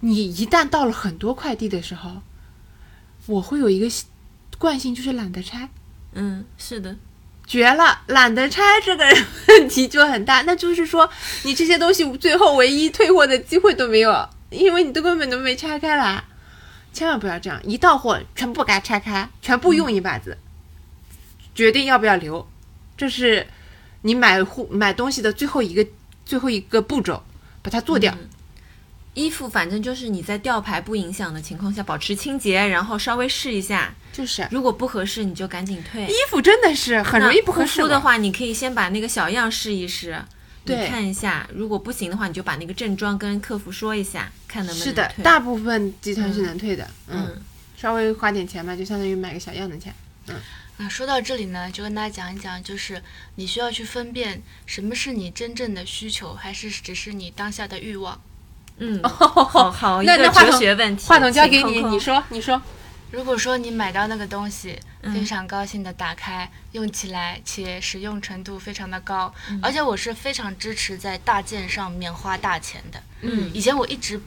S2: 你一旦到了很多快递的时候，我会有一个习惯性，就是懒得拆，
S1: 嗯，是的，
S2: 绝了，懒得拆这个问题就很大。那就是说，你这些东西最后唯一退货的机会都没有，因为你都根本都没拆开来。千万不要这样，一到货全部给它拆开，全部用一把子，决定要不要留，这是你买货买东西的最后一个最后一个步骤，把它做掉。
S1: 嗯衣服反正就是你在吊牌不影响的情况下保持清洁，然后稍微试一下，
S2: 就是
S1: 如果不合适你就赶紧退。
S2: 衣服真的是很容易不合适
S1: 那护肤的
S2: 我，
S1: 话，你可以先把那个小样试一试，
S2: 对
S1: 你看一下，如果不行的话，你就把那个正装跟客服说一下，看能不能
S2: 是的，
S1: 退
S2: 大部分集团是能退的，嗯，
S1: 嗯，
S2: 稍微花点钱嘛，就相当于买个小样的钱。
S3: 啊，说到这里呢，就跟大家讲一讲，就是你需要去分辨什么是你真正的需求，还是只是你当下的欲望。
S1: 嗯，好好一
S2: 那
S1: 个
S2: 哦 那话
S1: 哲
S2: 筒
S1: 学问题，
S2: 话筒交
S1: 晴
S2: 给你，
S1: 空空
S2: 你说，你说，
S3: 如果说你买到那个东西，非常高兴的打开、用起来，且使用程度非常的高，而且我是非常支持在大件上面花大钱的。
S1: 嗯
S3: 以前我一直不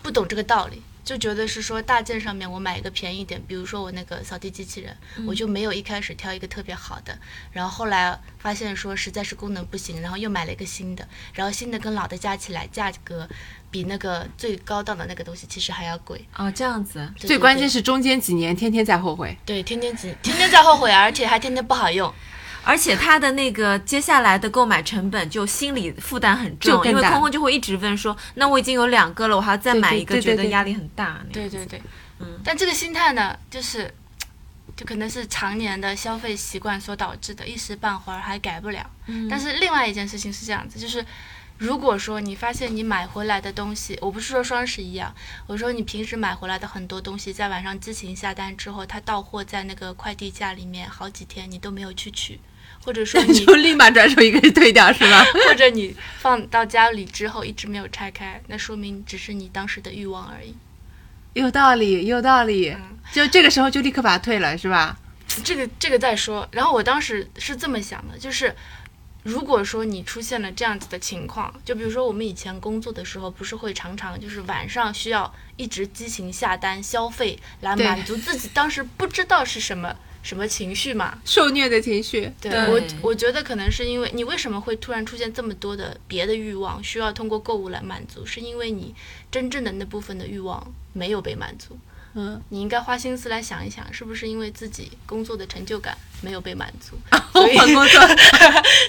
S3: 不懂这个道理，就觉得是说大件上面我买一个便宜一点，比如说我那个扫地机器人，我
S2: 嗯
S3: 就没有一开始挑一个特别好的，然后后来发现说实在是功能不行，然后又买了一个新的，然后新的跟老的加起来价格比那个最高档的那个东西其实还要贵。
S1: 哦，这样子，
S3: 对
S2: 最关键
S3: 是
S2: 是中间几年天天在后悔。
S3: 对天天急，天天在后悔，而且还天天不好用。
S1: 而且他的那个接下来的购买成本就心理负担很
S2: 就
S1: 重，
S2: 更
S1: 因为
S2: 大
S1: 空空就会一直问说，那我已经有两个了，我还要再
S2: 对
S1: 买
S2: 对
S1: 一个，
S2: 对对
S1: 觉得
S2: 对
S1: 压力很大。那
S3: 对
S1: 样
S3: 对对，
S1: 嗯
S3: 但这个心态呢，就是，就可能是常年的消费习惯所导致的，一时半会儿还改不了。
S1: 嗯
S3: 但是另外一件事情是这样子，就是如果说你发现你买回来的东西，我不是说双十一啊，我说你平时买回来的很多东西，在晚上激情下单之后，它到货在那个快递架里面好几天，你都没有去取，或者 说 你
S2: 就立马转手一个人退掉是吧？
S3: 或者你放到家里之后一直没有拆开，那说明只是你当时的欲望而已。
S2: 有道理，有道理。
S3: 嗯
S2: 就这个时候就立刻把它退了是吧？
S3: 这个这个再说。然后我当时是这么想的，就是如果说你出现了这样子的情况，就比如说我们以前工作的时候，不是会常常就是晚上需要一直激情下单消费来
S2: 对
S3: 满足自己当时不知道是什么什么情绪嘛？
S2: 受虐的情绪。嗯
S3: 对
S1: 对
S3: 我，我觉得可能是因为你为什么会突然出现这么多的别的欲望，需要通过购物来满足，是因为你真正的那部分的欲望没有被满足。
S2: 嗯，
S3: 你应该花心思来想一想，是不是因为自己工作的成就感没有被满足，
S2: 我
S3: 所以
S2: 换工作。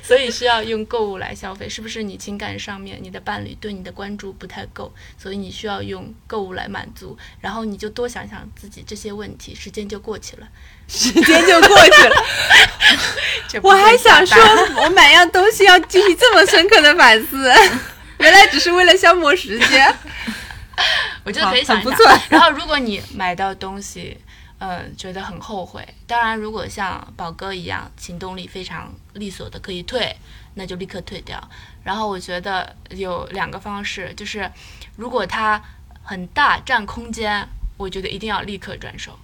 S3: 所以需要用购物来消费？是不是你情感上面你的伴侣对你的关注不太够，所以你需要用购物来满足？然后你就多想想自己这些问题，时间就过去了。
S2: 时间就过去 了。
S3: 这不
S2: 我还
S3: 会下
S2: 想说
S3: 单，
S2: 我买样东西要经历这么深刻的反思， 原来只是为了消磨时间。
S3: 我觉得可以想一想。
S2: 很不错
S3: 然后，如果你买到东西，呃，觉得很后悔，当然，如果像宝哥一样行动力非常利索的可以退，那就立刻退掉。然后，我觉得有两个方式，就是如果它很大占空间，我觉得一定要立刻转手。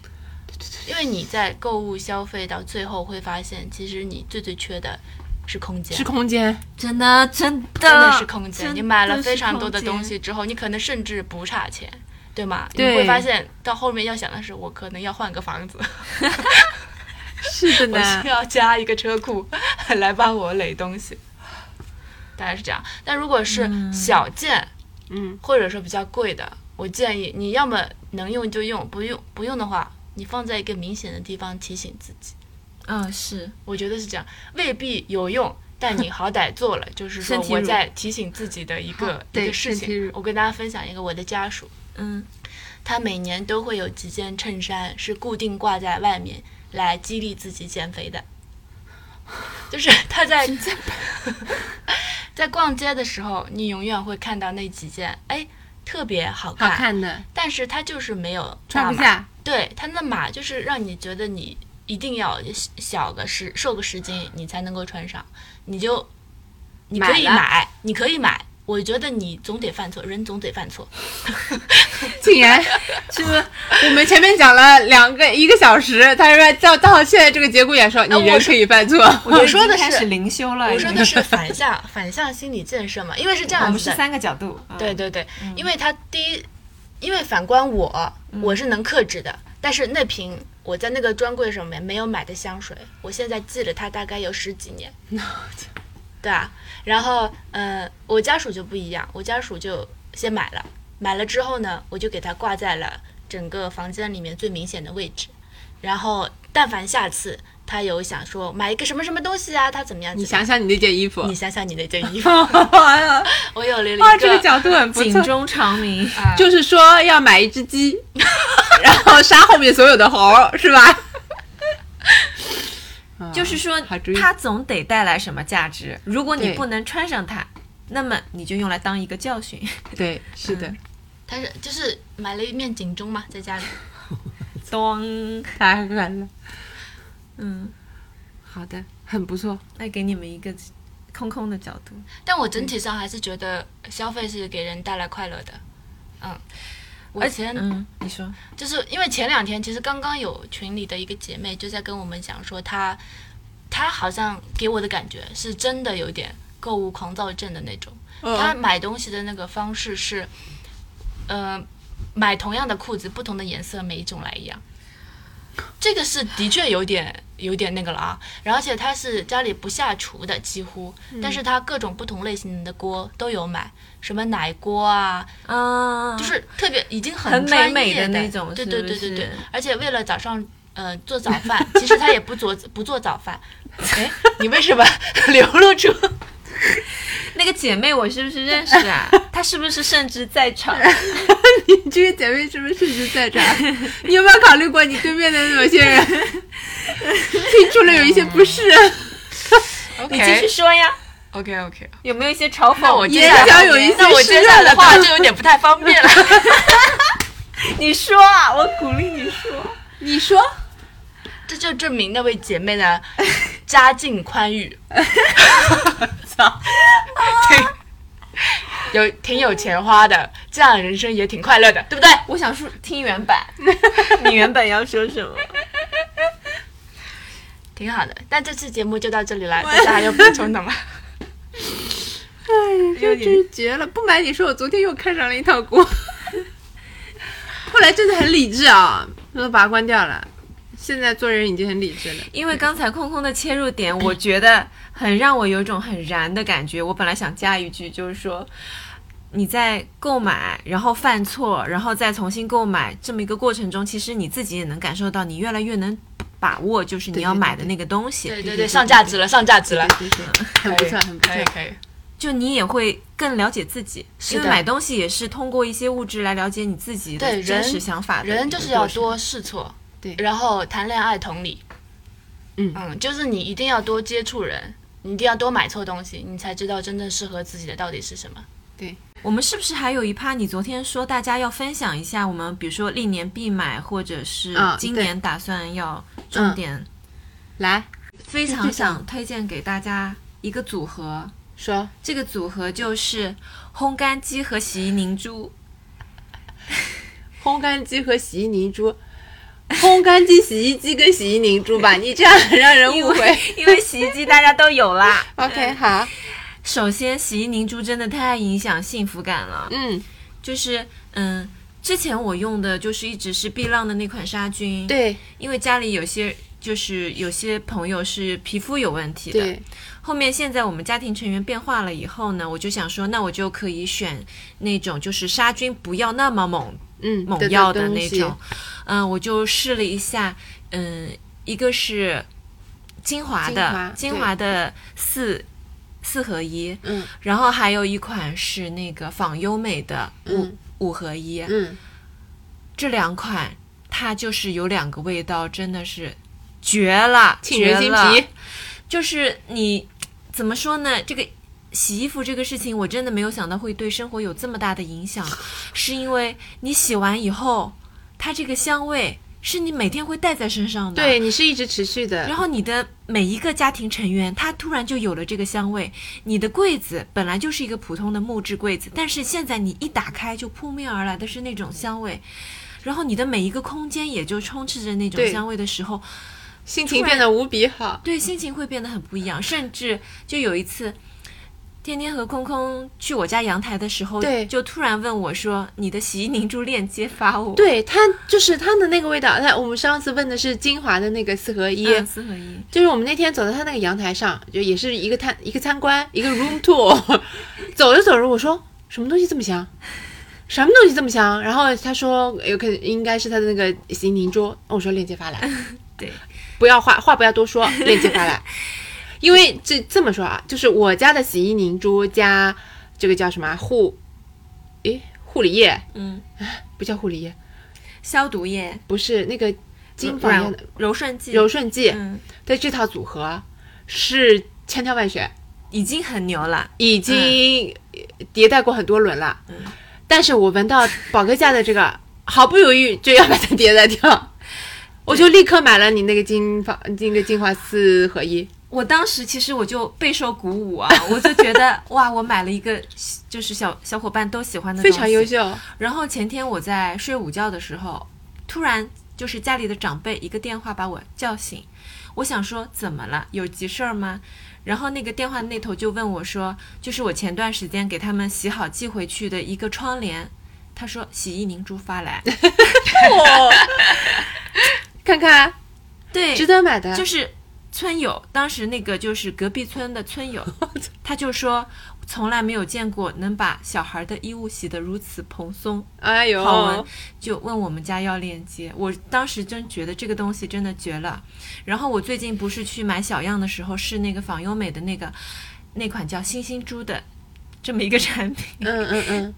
S3: 因为你在购物消费到最后会发现，其实你最最缺的是空间，
S2: 是空间，
S1: 真的真的
S3: 真的是空间。
S1: 真
S3: 你买了
S1: 是
S3: 非常多的
S1: 空间
S3: 东西之后，你可能甚至不差钱，对吗？
S2: 对
S3: 你会发现到后面要想的是，我可能要换个 房子，
S2: 是的
S3: 我需。要加一个车库来帮我垒东西，大概是这样。但如果是小件，
S2: 嗯，
S3: 或者说比较贵的，我建议你要么能用就用，不用不用的话，你放在一个明显的地方提醒自己。
S1: 嗯是
S3: 我觉得是这样，未必有用，但你好歹做 了，就是说
S1: 身体
S3: 我
S1: 乳
S3: 在提醒自己的一个一
S2: 对
S3: 个事
S2: 身体
S3: 情
S2: 乳。
S3: 我跟大家分享一个我的家属，
S1: 嗯
S3: 他每年都会有几件衬衫是固定挂在外面来激励自己减肥的，就是他 在 在逛街的时候，你永远会看到那几件，哎，特别好
S2: 好
S3: 看，
S2: 看的
S3: 但是它就是没有
S2: 穿
S3: 码
S2: 不下，
S3: 对它那码就是让你觉得你一定要小个十瘦个十斤，你才能够穿上，你就你可以
S2: 买了
S3: 买，你可以买。我觉得你总得犯错，人总得犯 错。
S2: 竟然就是我们前面讲了两个一个小时，他说到到现在这个节骨眼上，你
S3: 我
S2: 人
S3: 说
S2: 可以犯错。
S3: 我说的
S1: 开始
S3: 是，
S1: 灵修了，
S3: 我说的是反向 反向心理建设嘛，因为是这
S1: 我
S3: 样
S1: 们
S3: 子
S1: 是
S3: 的，
S1: 三个角度，嗯嗯
S3: 对对对，因为他第一，因为反观我，我是能克制的，但是那瓶我在那个专柜上面没有买的香水，我现在记了它大概有十几 年，对啊，然后呃，我家属就不一样，我家属就先买了，买了之后呢，我就给它挂在了整个房间里面最明显的位置，然后但凡下次他有想说买一个什么什么东西啊，他怎么样，
S2: 你
S3: 怎么样
S2: 想想你那件衣 服，
S3: 你想想你那件衣服，
S2: 哇，
S3: 我有了一
S2: 这个
S3: 个。
S2: 角度很不
S1: 警
S2: 错。
S1: 钟长 鸣，
S3: 啊
S2: 就是说要买一只鸡， 然后杀后面所有的猴儿，是吧？啊
S1: 就是说
S2: 好主意
S1: 它总得带来什么价值。如果你
S2: 对
S1: 不能穿上它，那么你就用来当一个教 训。
S2: 啊对，是的，
S3: 他是就是买了一面警钟嘛，在家里。
S1: 咚，
S2: 太狠了。
S1: 嗯，
S2: 好的，很不错。
S1: 那给你们一个空空的角度。
S3: 嗯但我整体上还是觉得消费是给人带来快乐的。我以前
S1: 嗯，你说，
S3: 就是因为前两天其实刚刚有群里的一个姐妹就在跟我们讲说她，她好像给我的感觉是真的有点购物狂躁症的那种。
S2: 嗯哦
S3: 她买东西的那个方式是，呃，买同样的裤子，不同的颜色，每一种来一样。这个是的确有点有点那个了啊，然后而且她是家里不下厨的几乎，但是她各种不同类型的锅都有买，什么奶锅啊，
S1: 啊，
S3: 就是特别已经
S1: 很美
S3: 专业
S1: 美的
S3: 的
S1: 那种
S3: 对
S1: 是
S3: 对
S1: 不
S3: 对对对
S1: 是。
S3: 而且为了早上呃做早饭， 其实他也不做不做早饭。 哎，你为什么 流露出？
S1: 那个姐妹，我是不是认识 啊？她是不是甚至在场？
S2: 你这个姐妹是不是一直在这儿？你有没有考虑过你对面的某些人，听出了有一些不适？
S1: 你继续说呀，
S3: OK OK，
S1: 有没有一些嘲
S3: 那
S1: 讽？
S3: 我
S1: 你
S3: 接下来
S2: 眼角有一些
S3: 那我
S2: 湿
S3: 接下来
S2: 润
S3: 的
S2: 的
S3: 话就有点不太方 便了。
S1: 你说啊，我鼓励你说。
S2: 你说，
S3: 这就证明那位姐妹呢，家境宽 裕， 挺有挺有钱花的，这样人生也挺快乐的，对不对？
S1: 我想说听原 版，你原本要说什么？
S3: 挺好的。但这期节目就到这 里了，大家还有补充的吗？
S2: 哎，这真是绝了！不瞒你说，我昨天又看上了一套锅，后来真的很理智啊，都把它关掉了。现在做人已经很理智了。
S1: 因为刚才空空的切入点，
S3: 嗯
S1: 我觉得很让我有一种很燃的感觉。我本来想加一句，就是说你在购买，然后犯错，然后再重新购买这么一个过程中，其实你自己也能感受到，你越来越能把握就是你要买的那个东西，
S3: 对对对，上价值了，上价值了，
S2: 对对对，很不错，很不错
S1: 哎
S3: 可以。可以。
S1: 就你也会更了解自己。
S3: 是
S1: 因
S3: 的
S1: 为买东西也是通过一些物质来了解你自己的
S3: 对
S1: 真
S3: 人
S1: 实想法的
S3: 人
S1: 一个
S3: 就是要
S1: 过程
S3: 多试错，
S2: 对
S3: 然后谈恋爱同理，
S2: 嗯
S3: 嗯，就是你一定要多接触人，你一定要多买错东西，你才知道真正适合自己的到底是什么。
S1: 我们是不是还有一趴？你昨天说大家要分享一下，我们比如说历年必买，或者是
S2: 啊
S1: 今年打算要重点，
S2: 嗯来
S1: 非常想推荐给大家一个组 合。
S2: 说，
S1: 这个组合就是烘干机和洗衣凝珠。
S2: 烘干机和洗衣凝珠，烘干机、洗衣机跟洗衣凝珠 吧，你这样很让人
S1: 因
S2: 误
S1: 为 哎
S2: 会。
S1: 因为洗衣机大家都有啦。
S2: OK，好，
S1: 首先，洗衣凝珠真的太影响幸福感了。
S2: 嗯，
S1: 就是嗯，之前我用的就是一直是碧浪的那款杀菌，，
S2: 对
S1: 因为家里有些就是有些朋友是皮肤有问题的，
S2: 对，
S1: 后面现在我们家庭成员变化了以后呢，我就想说，那我就可以选那种就是杀菌不要那么猛
S2: 嗯，
S1: 猛
S2: 对
S1: 药的那。
S2: 对东
S1: 种
S2: 西。
S1: 嗯，我就试了一下，嗯，一个是精华的
S2: 精华对
S1: 的四四合一，
S2: 嗯
S1: 然后还有一款是那个仿优美的五、
S2: 嗯
S1: 五合一，
S2: 嗯，
S1: 这两款它就是有两个味道，真的是绝了，
S2: 沁人
S1: 绝
S2: 心
S1: 了
S2: 脾。
S1: 就是你怎么说呢？这个洗衣服这个事情，我真的没有想到会对生活有这么大的影响，是因为你洗完以后，它这个香味是你每天会带在身上的。。
S2: 对，你是一直持续的
S1: 然。后你的每一个家庭成员，他突然就有了这个香味。你的柜子本来就是一个普通的木质柜子，但是现在你一打开，就扑面而来的是那种香味。然后你的每一个空间也就充斥着那种
S2: 对
S1: 香味的时候，
S2: 心情变得无比好。
S1: 对，心情会变得很不一样。甚至就有一次，天天和空空去我家阳台的时候，
S2: 对
S1: 就突然问我说：“你的洗衣凝珠链接发我。”，
S2: 对，它就是它的那个味道。那我们上次问的是精华的那个四合一，
S1: 嗯，四合一。
S2: 就是我们那天走到他那个阳台上，就也是一个探一个参观一个 room tour，走着走着我说什么东西这么香，什么东西这么香？然后他说有可能应该是他的那个洗凝珠，我说链接发来，
S1: 对，
S2: 不要话话不要多说，链接发来。 因为这这么说啊，就是我家的洗衣凝珠加这个叫什么啊护，诶护理液
S1: 嗯，
S2: 不叫护理液，
S1: 消毒液、
S2: 不是那个金纺
S1: 软
S2: 样的
S1: 柔顺剂、
S2: 柔顺剂
S1: 嗯，
S2: 的这套组合是千挑万选。
S1: 已经很牛了。
S2: 已经迭代过很多轮了，但是我闻到宝格价的这个， 毫不犹豫就要把它迭代掉，我就立刻买了你那个精华那个精华四合一，
S1: 我当时其实我就备受鼓舞啊，我就觉得哇，我买了一个就是小小伙伴都喜欢的，
S2: 非常优。秀，
S1: 然后前天我在睡午觉的时候，突然就是家里的长辈一个电话把我叫醒，我想说怎么了，有急事儿吗？然后那个电话那头就问我说，就是我前段时间给他们洗好寄回去的一个窗帘，他说洗衣凝珠发来，
S2: 看看
S1: 对，
S2: 值得买的，
S1: 就是村友，当时那个就是隔壁村的村友，他就说从来没有见过能把小孩的衣物洗得如此蓬松
S2: 哎呦，
S1: 好闻，就问我们家要链接。我当时真觉得这个东西真的绝了。然后我最近不是去买小样的时候，是那个仿优美的那个那款叫星星珠的这么一个产品，
S2: 嗯嗯嗯，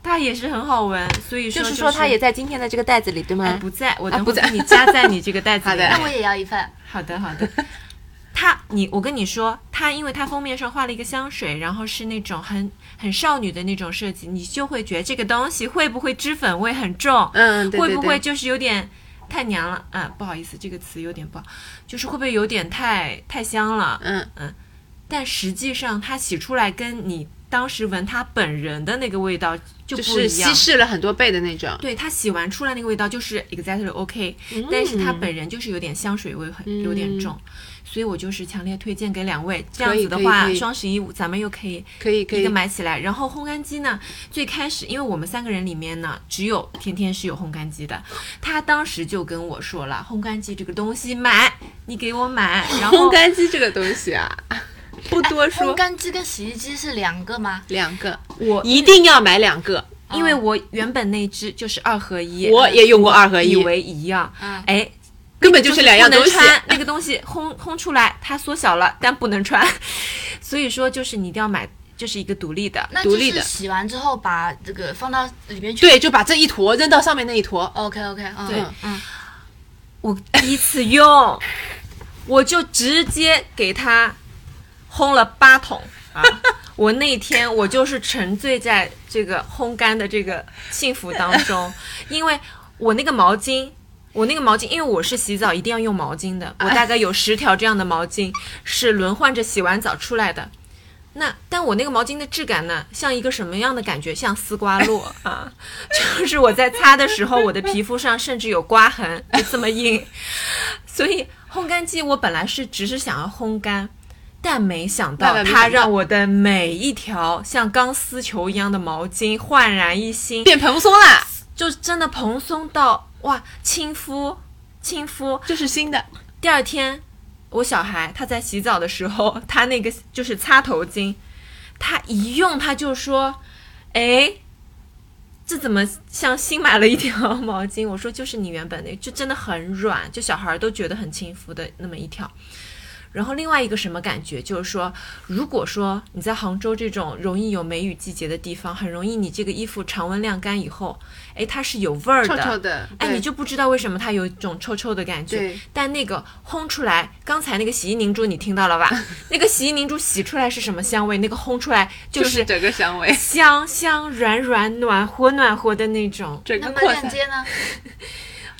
S1: 它也是很好闻。所以说、
S2: 就是是说它也在今天的这个袋子里，对
S1: 哎
S2: 吗？
S1: 不在，我
S2: 啊
S1: 等
S2: 不
S1: 会
S2: 在
S1: 给你加在你这个袋子
S2: 好
S1: 里
S2: 的
S1: 面。
S4: 那我也要一份。
S1: 好的，好的。它，你，我跟你说，它因为它封面上画了一个香水，然后是那种很很少女的那种设计，你就会觉得这个东西会不会脂粉味很重，
S2: 嗯，对对
S1: 会
S2: 对
S1: 不会就是有点太娘了？啊，不好意思，这个词有点不好，就是会不会有点太太香了？
S2: 嗯，
S1: 但实际上它洗出来跟你当时闻它本人的那个味道就
S2: 就
S1: 不
S2: 是
S1: 一
S2: 稀
S1: 样。
S2: 释了很多倍的那种，
S1: 对它洗完出来那个味道就是 exactly OK，、但
S2: 嗯
S1: 是它本人就是有点香水味很，有点重，所以我就是强烈推荐给两位。这样
S2: 可以
S1: 子的
S2: 可以
S1: 话
S2: 可，以
S1: 双十一咱们又可以
S2: 可以可
S1: 一
S2: 以
S1: 个，买起来。然后烘干机呢，最开始因为我们三个人里面呢，只有天天是有烘干机的，他当时就跟我说了，烘干机这个东西买，你给我买，然后
S2: 烘干机这个东西啊， 不多
S4: 烘
S2: 说，
S4: 干机跟洗衣机是两个吗？
S2: 两个
S1: 我
S2: 一定要买两个，
S1: 因为我原本那只就是二合一，
S2: 我也呃用过二合
S1: 以
S2: 一，
S1: 为一样，
S4: 嗯
S1: 哎，
S2: 根本就是两样东西
S1: 不能穿那个东西烘烘出来，它缩小了，但不能穿。 所以说，就是你一定要买，就是一个独立的。
S4: 那
S2: 独
S4: 就
S2: 立
S4: 是
S2: 的
S4: 洗完之后把这个放到里面去。
S2: 对，就把这一坨扔到上面那一坨，
S4: OK OK，嗯，
S2: 对
S4: 嗯，
S1: 我第一次用，我就直接给它烘了八桶啊！我那天我就是沉醉在这个烘干的这个幸福当中，因为我那个毛巾。我那个毛巾，因为我是洗澡一定要用毛巾的，我大概有十条这样的毛巾，是轮换着洗完澡出来的。那但我那个毛巾的质感呢，像一个什么样的感觉？像丝瓜络啊， 就是我在擦的时候，我的皮肤上甚至有刮痕，就这么硬。所以烘干机我本来是只是想要烘干，但没想到
S2: 万万没
S1: 它
S2: 想到
S1: 让我的每一条像钢丝球一样的毛巾焕然一新，
S2: 变蓬松啦，
S1: 就真的蓬松到哇，亲肤亲肤，
S2: 就是新的，
S1: 第二天，我小孩他在洗澡的时候，他那个就是擦头巾，他一用他就说：“哎，这怎么像新买了一条毛巾？”我说：“就是你原本那，就真的很软，就小孩都觉得很亲肤的那么一条。”然后另外一个什么感觉，就是说，如果说你在杭州这种容易有梅雨季节的地方，很容易你这个衣服常温晾干以后，哎，它是有味儿
S2: 臭臭的，
S1: 哎，
S2: 对
S1: 你就不知道为什么它有一种臭臭的感觉
S2: 对。
S1: 但那个烘出来，刚才那个洗衣凝珠你听到了 吧？那个洗衣凝珠洗出来是什么香味？那个烘出来就
S2: 就是
S1: 是
S2: 整个香味，
S1: 香香软软暖和暖和的那种
S2: 整
S4: 那
S2: 个
S4: 么
S2: 扩
S4: 链
S2: 散。
S4: 接呢？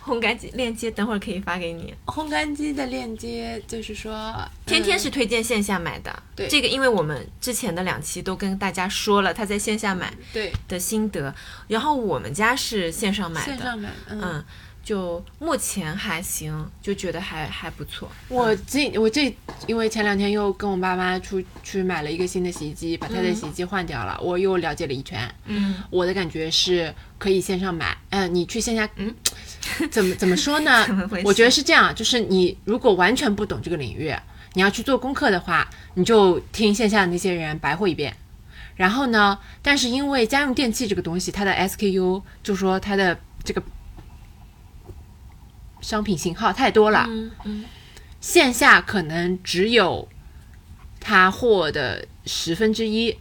S1: 烘干机链接，等会儿可以发给你。
S2: 烘干机的链接就是说，
S1: 天天
S2: 嗯
S1: 是推荐线下买的，
S2: 对
S1: 这个因为我们之前的两期都跟大家说了，他在线下买
S2: 嗯对
S1: 的心得，然后我们家是线上买
S2: 线
S1: 的，
S2: 上买，嗯，
S1: 嗯，就目前还行，就觉得还还不错。
S2: 我这我这因为前两天又跟我爸妈出去买了一个新的洗衣机，把他的洗衣机换掉了，我又了解了一圈，
S1: 嗯，
S2: 我的感觉是可以线上买，嗯，你去线下，
S4: 嗯，
S2: 怎么怎么说 呢
S1: 怎么回事？
S2: 我觉得是这样，就是你如果完全不懂这个领域，你要去做功课的话，你就听线下的那些人白活一遍。然后呢，但是因为家用电器这个东西，它的 SKU 就说它的这个商品型号太多了，
S1: 嗯嗯。
S2: 线下可能只有它货的十分之一，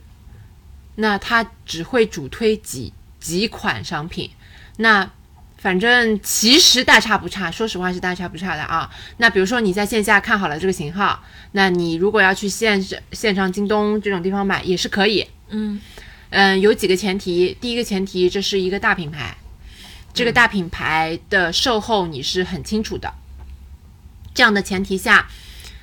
S2: 那它只会主推几几款商品，那反正其实大差不差，说实话是大差不差的啊。那比如说你在线下看好了这个型号，那你如果要去线上线上京东这种地方买也是可以，
S1: 嗯
S2: 嗯，有几个前提，第一个前提这是一个大品牌，这个大品牌的售后你是很清楚的。这样的前提下，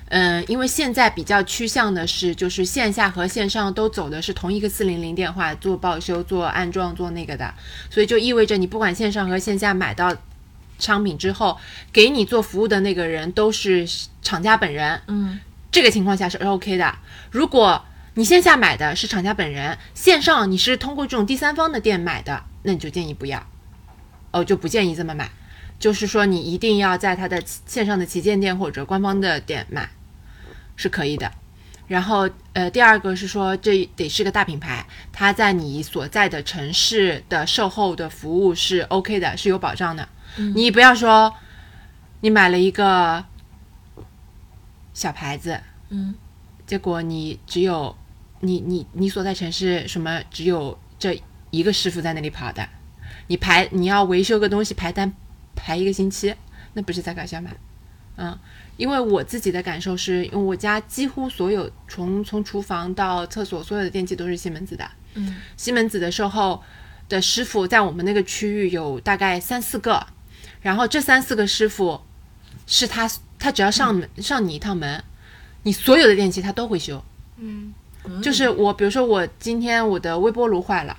S2: 嗯，因为现在比较趋向的是，就是线下和线上都走的是同一个四零零电话，做报修、做安装、做那个的，所以就意味着你不管线上和线下买到商品之后，给你做服务的那个人都是厂家本人，
S1: 嗯，
S2: 这个情况下是 OK 的。如果你线下买的是厂家本人，线上你是通过这种第三方的店买的，那你就建议不要，哦，就不建议这么买。就是说，你一定要在它的线上的旗舰店或者官方的店买，是可以的。然后，呃，第二个是说，这得是个大品牌，它在你所在的城市的售后的服务是 OK 的，是有保障的。你不要说你买了一个小牌子，
S1: 嗯，
S2: 结果你只有你你你所在城市什么只有这一个师傅在那里跑的，你排你要维修个东西排单排一个星期，那不是在搞笑吗？嗯，因为我自己的感受是，因为我家几乎所有从从厨房到厕所所有的电器都是西门子的，
S1: 嗯，
S2: 西门子的售后的师傅在我们那个区域有大概三四个，然后这三四个师傅是他他只要上门、上你一趟门，你所有的电器他都会修。
S3: 嗯，
S2: 就是我，比如说我今天我的微波炉坏了，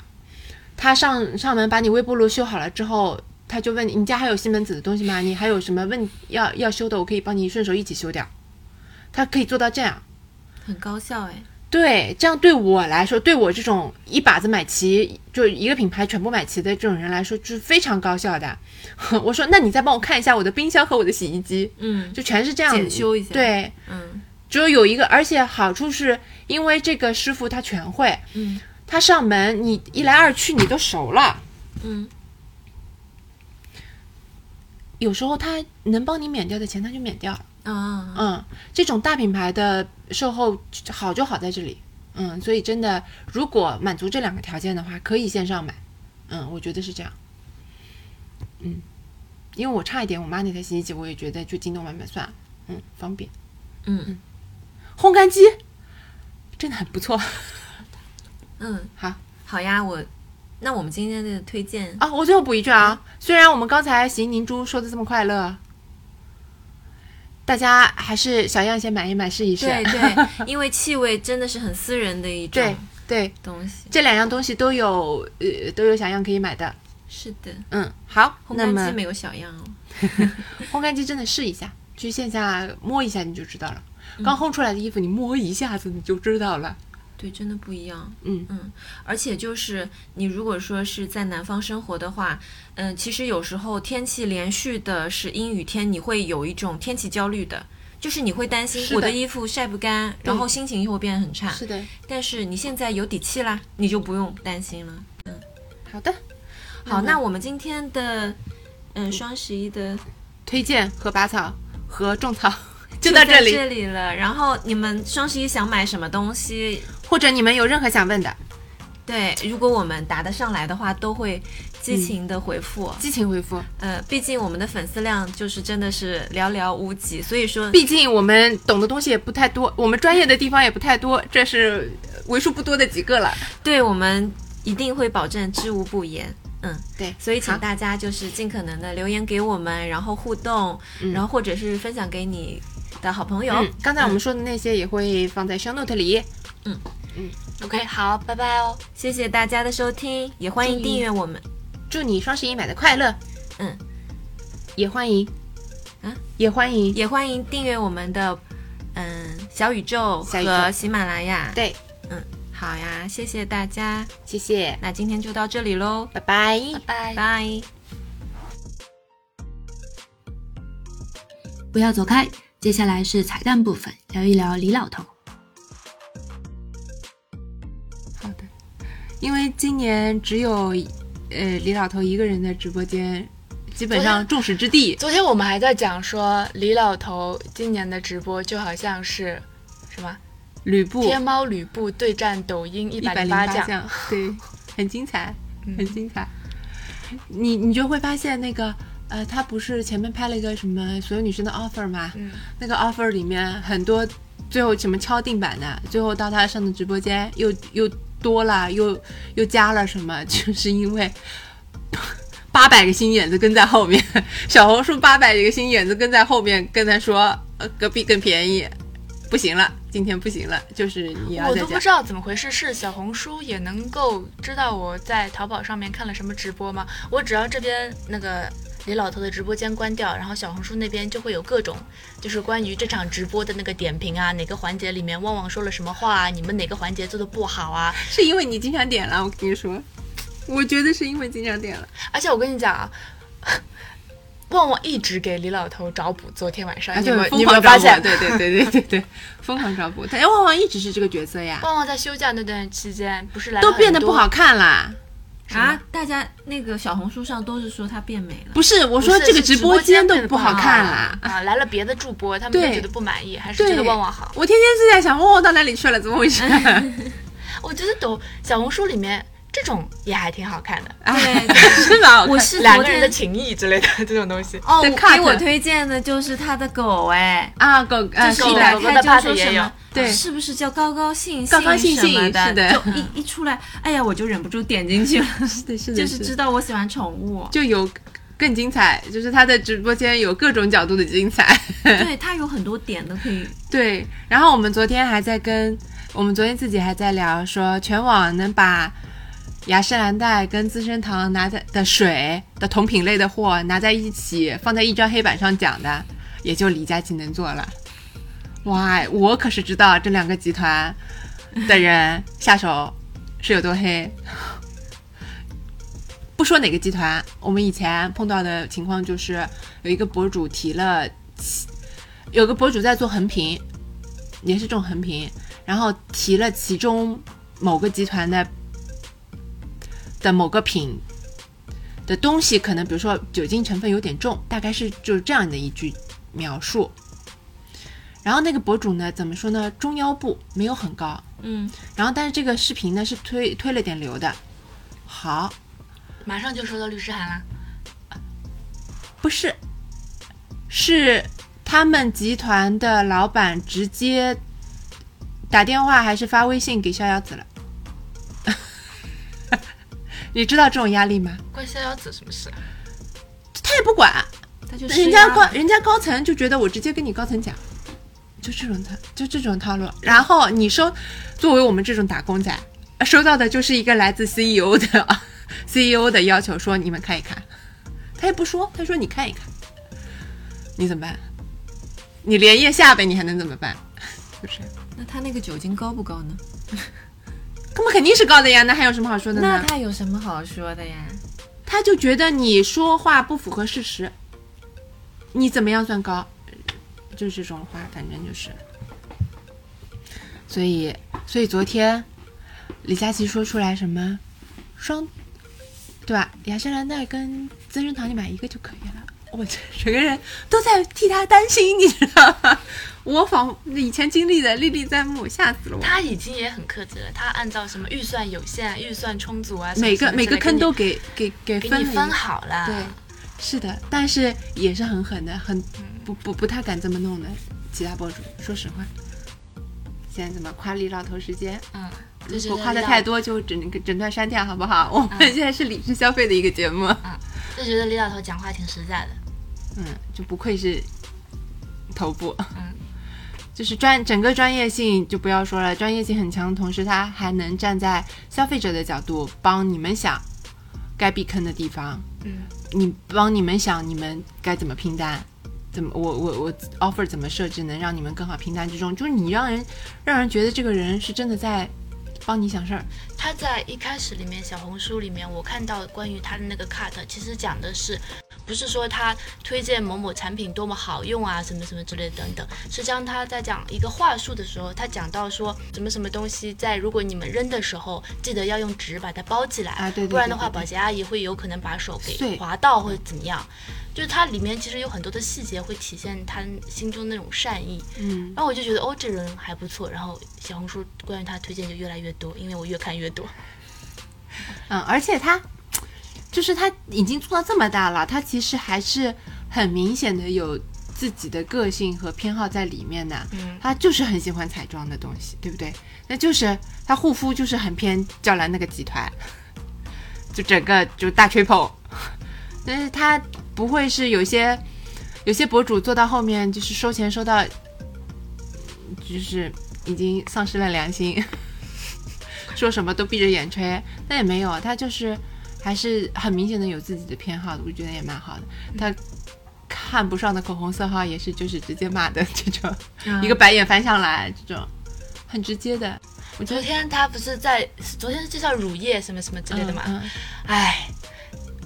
S2: 他上上门把你微波炉修好了之后，他就问你你家还有西门子的东西吗？你还有什么问要要修的，我可以帮你顺手一起修掉。他可以做到这样，
S1: 很高效哎，
S2: 对，这样对我来说，对我这种一把子买齐，就一个品牌全部买齐的这种人来说，就是非常高效的。 我说，那你再帮我看一下我的冰箱和我的洗衣机，
S1: 嗯，
S2: 就全是这样
S1: 检修一下
S2: 对，
S1: 嗯
S2: 只有有一个，而且好处是因为这个师傅他全会，
S1: 嗯，
S2: 他上门你一来二去你都熟了，
S1: 嗯，
S2: 有时候他能帮你免掉的钱他就免掉了，
S1: 啊，
S2: 嗯，这种大品牌的售后好就好在这里，嗯，所以真的如果满足这两个条件的话，可以线上买，嗯，我觉得是这样，嗯，因为我差一点我妈那台洗衣机我也觉得就京东买买算了，嗯，方便，
S1: 嗯
S2: 烘干机真的很不错。
S1: 嗯，
S2: 好，
S1: 好呀，我那我们今天的推荐
S2: 啊，我最后补一句啊，虽然我们刚才邢宁珠说的这么快乐，大家还是小样先买一买试一试。
S1: 对对，因为气味真的是很私人的一
S2: 对
S1: 种
S2: 对，
S1: 东西。
S2: 这两样东西都有呃都有小样可以买的。
S1: 是的，
S2: 嗯，好，
S1: 烘
S2: 那
S1: 干机
S2: 么
S1: 没有小样哦。
S2: 烘干机真的试一下，去线下摸一下你就知道了。
S1: 嗯
S2: 刚烘出来的衣服，你摸一下子你就知道了。
S1: 对，真的不一样。
S2: 嗯
S1: 嗯，而且就是你如果说是在南方生活的话，嗯，其实有时候天气连续的是阴雨天，你会有一种天气焦虑的，就是你会担
S2: 是
S1: 心
S2: 的
S1: 我的衣服晒不干，然后心情又会变得很差。
S2: 的，
S1: 但是你现在有底气啦，你就不用担心了。
S2: 好的，
S1: 嗯
S2: 嗯
S1: 好，那我们今天的嗯双十一的
S2: 推荐和拔草和种 草就
S1: 就
S2: 到这
S1: 在
S2: 里，
S1: 这里了。然后你们双十一想买什么东西？
S2: 或者你们有任何想问的，
S1: 对，如果我们答得上来的话，都会激情的回复。
S2: 激情回复。
S1: 呃，毕竟我们的粉丝量就是真的是寥寥无几，所以说
S2: 毕竟我们懂的东西也不太多，我们专业的地方也不太多，这是为数不多的几个了。
S1: 对我们一定会保证知无不言。嗯，
S2: 对
S1: 所以请
S2: 好
S1: 大家就是尽可能的留言给我们，然后互动，然后或者是分享给你的好朋友。
S2: 嗯，刚才我们说的那些也会放在 show note 里。
S4: OK，好，拜拜哦。
S1: 谢谢大家的收听，也欢迎
S2: 嗯
S1: 订阅我们。
S2: 祝你双十一买的快乐，
S1: 嗯，
S2: 也欢迎，
S1: 啊，
S2: 也欢迎，
S1: 也欢迎订阅我们的嗯小宇宙
S2: 小宇宙
S1: 和喜马拉雅。
S2: 对，
S1: 嗯，好呀，谢谢大家，
S2: 谢谢，
S1: 那今天就到这里喽，
S2: 拜拜。
S4: 拜。
S1: 拜。
S5: 不要走开，接下来是彩蛋部分，聊一聊李老头。
S2: 好的，因为今年只有呃李老头一个人的直播间，基本上众矢之的。
S3: 昨天我们还在讲说李老头今年的直播就好像是什么
S2: 吕布
S3: 天猫吕布对战抖音一
S2: 一
S3: 百
S2: 百
S3: 零
S2: 零
S3: 八
S2: 八
S3: 将，
S2: 将，对，很精彩，
S3: 嗯
S2: 很精彩。你你就会发现那个呃，他不是前面拍了一个什么所有女生的 offer 嘛？
S3: 嗯，
S2: 那个 offer 里面很多最后什么敲定版的，最后到他上的直播间又又多了，又又加了什么， 就是因为。八百个心眼子跟在后 面，小红书八百个心眼子跟在后面，跟他说，呃，隔壁更便宜，不行了，今天不行了，就是你
S5: 嗯
S2: 要
S3: 我
S2: 在
S3: 都不
S2: 家
S3: 知道怎么回事，是小红书也能够知道我在淘宝上面看了什么直播吗？我只要这边那个李老头的直播间关掉，然后小红书那边就会有各种，就是关于这场直播的那个点评啊，哪个环节里面旺旺说了什么话啊，你们哪个环节做的不好啊？
S2: 是因为你经常点了，我跟你说，我觉得是因为经常点了。
S3: 而且我跟你讲啊。 旺旺一直给李老头找补，昨天晚上、
S2: 啊，
S3: 你
S2: 就
S3: 有没
S2: 是
S3: 有你有
S2: 疯
S3: 没有发
S2: 狂找
S3: 现
S2: 补，？对对对对对对，疯狂找补。但旺旺一直是这个角色呀，
S3: 旺旺在休假那段期间，不是来了
S2: 都变
S3: 很
S2: 得不
S3: 多
S2: 好看啦。
S1: 啊，大家那个小红书上都是说她变美了，
S2: 不是，我
S3: 不
S2: 说
S3: 是
S2: 这个
S3: 是直
S2: 直播
S3: 间
S2: 间都
S3: 变得
S2: 不好
S3: 好
S2: 看啦。
S3: 啊！来了别的主播，他们
S2: 对
S3: 就觉得不满意，还是觉
S2: 对，
S3: 得旺旺好。
S2: 我天天是在想旺旺到哪里去了，怎么回事？啊
S3: 我觉得抖小红书里面这种也还挺好看的，
S2: 哎，是吧？
S1: 我是
S3: 两
S1: 昨
S3: 个人的
S1: 天
S3: 情谊之类的 这种东西。
S1: 哦，
S2: 的
S1: 我
S2: cut
S1: 给我推荐的就是他的狗哎。
S2: 啊，狗啊，
S1: 就是
S3: 狗
S1: 一
S2: 是
S1: 打
S2: 的，
S3: 狗的
S1: 开就
S3: part
S1: 说
S3: 也
S1: 什
S3: 有
S1: 么，啊
S2: 对
S1: 是不是叫高高兴
S2: 高高兴
S1: 什么
S2: 兴是的
S1: 的，就一一出来，哎呀，我就忍不住点进去了，
S2: 是的，是的，
S1: 就是知道我喜欢宠物。
S2: 就有更精彩，就是他的直播间有各种角度的精彩。
S1: 对，它有很多点都可以。
S2: 对，然后我们昨天还在跟我们昨天自己还在聊说，全网能把雅诗兰黛跟资生堂拿在的水的同品类的货拿在一起放在一张黑板上讲的，也就李佳琦能做了。哇，我可是知道这两个集团的人下手是有多黑。 不说哪个集团，我们以前碰到的情况就是有一个博主提了有个博主在做横屏，也是这种横屏，然后提了其中某个集团的的某个品的东西，可能比如说酒精成分有点重，大概是就是这样的一句描述。然后那个博主呢，怎么说呢？中腰部没有很高，
S1: 嗯，
S2: 然后但是这个视频呢是推推了点流的。好，
S3: 马上就收到律师函了，
S2: 不是，是他们集团的老板直接打电话还是发微信给逍遥子了。 你知道这种压力吗？
S3: 关逍遥子什么事？
S2: 他也不管，
S1: 它就
S2: 人
S1: 施
S2: 家
S1: 压
S2: 高人家高层就觉得我直接跟你高层讲，就这种套就这种套路。然后你收，作为我们这种打工仔，收到的就是一个来自 CEO 的 CEO 的要求，说你们看一看。他也不说，他说你看一看，你怎么办？你连夜下呗，你还能怎么办？ 就是，
S1: 那它那个酒精高不高呢？
S2: 根本肯定是高的呀，那还有什么好说的
S1: 那
S2: 呢？
S1: 它有什么好说的呀？
S2: 他就觉得你说话不符合事实，你怎么样算高？就是这种话，反正就是。所以，所以昨天李佳琦说出来什么双，对吧？雅诗兰黛跟资生堂你买一个就可以了。我这整个人都在替他担心，你知道吗？我仿以前经历的历历在目，吓死了 我。
S3: 他已经也很克制了，他按照什么预算有限、预算充足啊，什么
S2: 每
S3: 什么
S2: 个
S3: 之
S2: 每个
S3: 类
S2: 坑都
S3: 给
S2: 给给
S3: 你给
S2: 给分了
S3: 你
S2: 一
S3: 分
S2: 个
S3: 好了。
S2: 对，是的，但是也是很狠的，很不不不太敢这么弄的。其他博主，说实话，现在怎么夸李老头时间？
S3: 嗯，就
S2: 如
S3: 觉
S2: 果
S3: 得
S2: 夸的
S3: 李老
S2: 太，多，就整个整段删掉，好不好？ 我们
S3: 嗯
S2: 现在是理智消费的一个节目，
S3: 就觉得李老头讲话挺实在的。
S2: 嗯，就不愧是头部，
S3: 嗯，
S2: 就是专整个专业性就不要说了，专业性很强，同时他还能站在消费者的角度帮你们想该避坑的地方，
S3: 嗯，
S2: 你帮你们想你们该怎么拼单，怎么我我我 offer 怎么设置能让你们更好拼单之中，就是你让人让人觉得这个人是真的在帮你想事儿，
S3: 他在一开始里面，小红书里面我看到关于他的那个 cut，其实讲的是，不是说他推荐某某产品多么好用啊，什么什么之类的等等，是将他在讲一个话术的时候，他讲到说什么什么东西在如果你们扔的时候，记得要用纸把它包起来，
S2: 啊对对
S3: 不然的
S2: 对
S3: 话
S2: 对对
S3: 保洁阿姨会有可能把手
S2: 碎
S3: 给划到或者怎么样。就是它里面其实有很多的细节会体现他心中那种善意，
S2: 嗯，
S3: 然后我就觉得哦，这人还不错。然后小红书关于他推荐就越来越多，因为我越看越多。
S2: 嗯，而且他就是他已经做到这么大了，他其实还是很明显的有自己的个性和偏好在里面的。
S3: 嗯
S2: 他就是很喜欢彩妆的东西，对不对？那就是他护肤就是很偏娇兰那个集团，就整个就大吹捧。但是他不会是有些有些博主做到后面就是收钱收到就是已经丧失了良心，说什么都闭着眼吹，但也没有，他就是还是很明显的有自己的偏好的，我觉得也蛮好的。他看不上的口红色号也是就是直接骂的这种，
S1: 啊
S2: 一个白眼翻上来这种，很直接的。我觉
S3: 昨
S2: 得
S3: 天他不是在，昨天是介绍乳液什么什么之类的嘛？
S2: 嗯嗯
S3: 唉，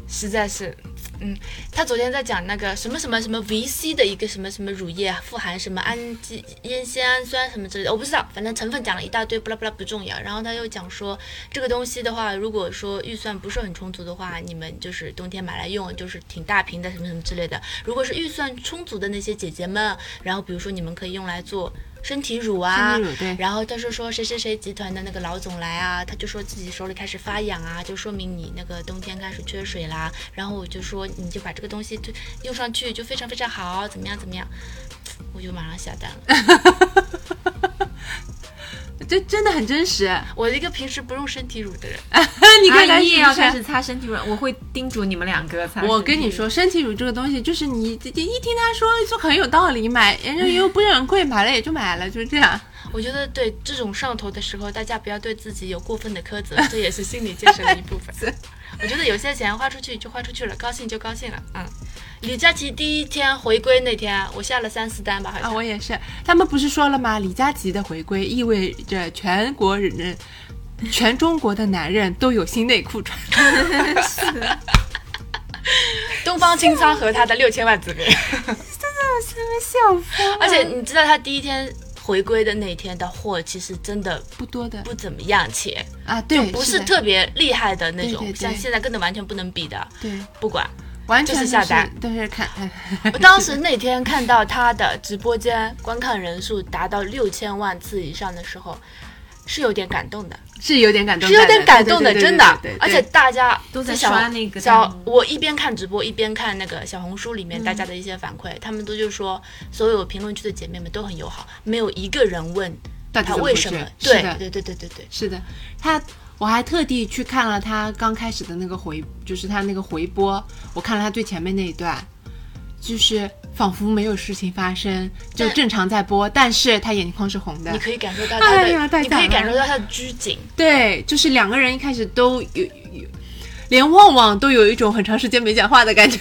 S3: 实在是，嗯，他昨天在讲那个什么什么什么维 C 的一个什么什么乳液，啊富含什么氨基烟酰胺酸什么之类的，我不知道，反正成分讲了一大堆，不啦不啦不重要。然后他又讲说，这个东西的话，如果说预算不是很充足的话，你们就是冬天买来用，就是挺大瓶的什么什么之类的。如果是预算充足的那些姐姐们，然后比如说你们可以用来做。身体乳啊，
S2: 身体乳对
S3: 然后他说说谁谁谁集团的那个老总来啊，他就说自己手里开始发痒啊，就说明你那个冬天开始缺水啦。然后我就说你就把这个东西就用上去就非常非常好，怎么样怎 么样，我就马上下单了。
S2: 这真的很真实。
S3: 我一个平时不用身体乳的人，
S2: 啊你看
S1: 啊
S2: 看
S1: 你也
S2: 是
S1: 要
S2: 不
S1: 开
S2: 是？啊
S1: 始擦身体乳，我会叮嘱你们两个擦。
S2: 我跟你，说，身体乳这个东西，就是你一听他说就很有道理，买人家又不是很贵，买了也就买了，就是这样。
S3: 我觉得对这种上头的时候，大家不要对自己有过分的苛责，这也是心理建设的一部 分。我觉得有些钱花出去就花出去了，高兴就高兴了。嗯，李佳琦第一天回归那天，我下了三四单吧，好
S2: 啊，
S3: 像。
S2: 我也是。他们不是说了吗？李佳琦的回归意味着全国人、呃全中国的男人都有新内裤穿。
S3: 东方青苍和他的六千万子民，
S2: 笑疯
S3: 而且你知道他第一天回归的那一天的货，其实真的
S2: 不多的
S3: 不怎么样，且
S2: 啊，对，
S3: 不
S2: 是
S3: 是
S2: 的
S3: 特别厉害的那种，
S2: 对对嗯对
S3: 像现在根本完全不能比的。
S2: 对，
S3: 不管，
S2: 完全
S3: 就是下单，
S2: 都是看。
S3: 我当时那天看到他的直播间观看人数达到六千万次以上的时候，是有点感动的，
S2: 是有点感动
S3: 是
S2: 在的，
S3: 有点感动的，
S2: 对
S3: 真的
S2: 对对对对。
S3: 而且大家
S1: 都在
S3: 小
S1: 刷那个弹
S3: 小
S1: 幕，
S3: 我一边看直播一边看那个小红书里面大家
S2: 嗯
S3: 的一些反馈，他们都就说所有评论区的姐妹们都很友好，没有一个人问
S2: 到底
S3: 他
S2: 怎
S3: 为
S2: 回
S3: 什
S2: 事
S3: 么。
S2: 是
S3: 对
S2: 的，
S3: 对对对对对，
S2: 是的，他我还特地去看了他刚开始的那个回，就是他那个回播，我看了他最前面那一段，就是仿佛没有事情发生，就
S3: 但
S2: 正常在播，但是他眼眶是红的
S3: 你。可以感受到他
S2: 哎呀
S3: 的，
S2: 太
S3: 你可以
S2: 感
S3: 感
S2: 人
S3: 受到他的拘谨。
S2: 对，就是两个人一开始都有有，有连旺旺都有一种很长时间没讲话的感觉。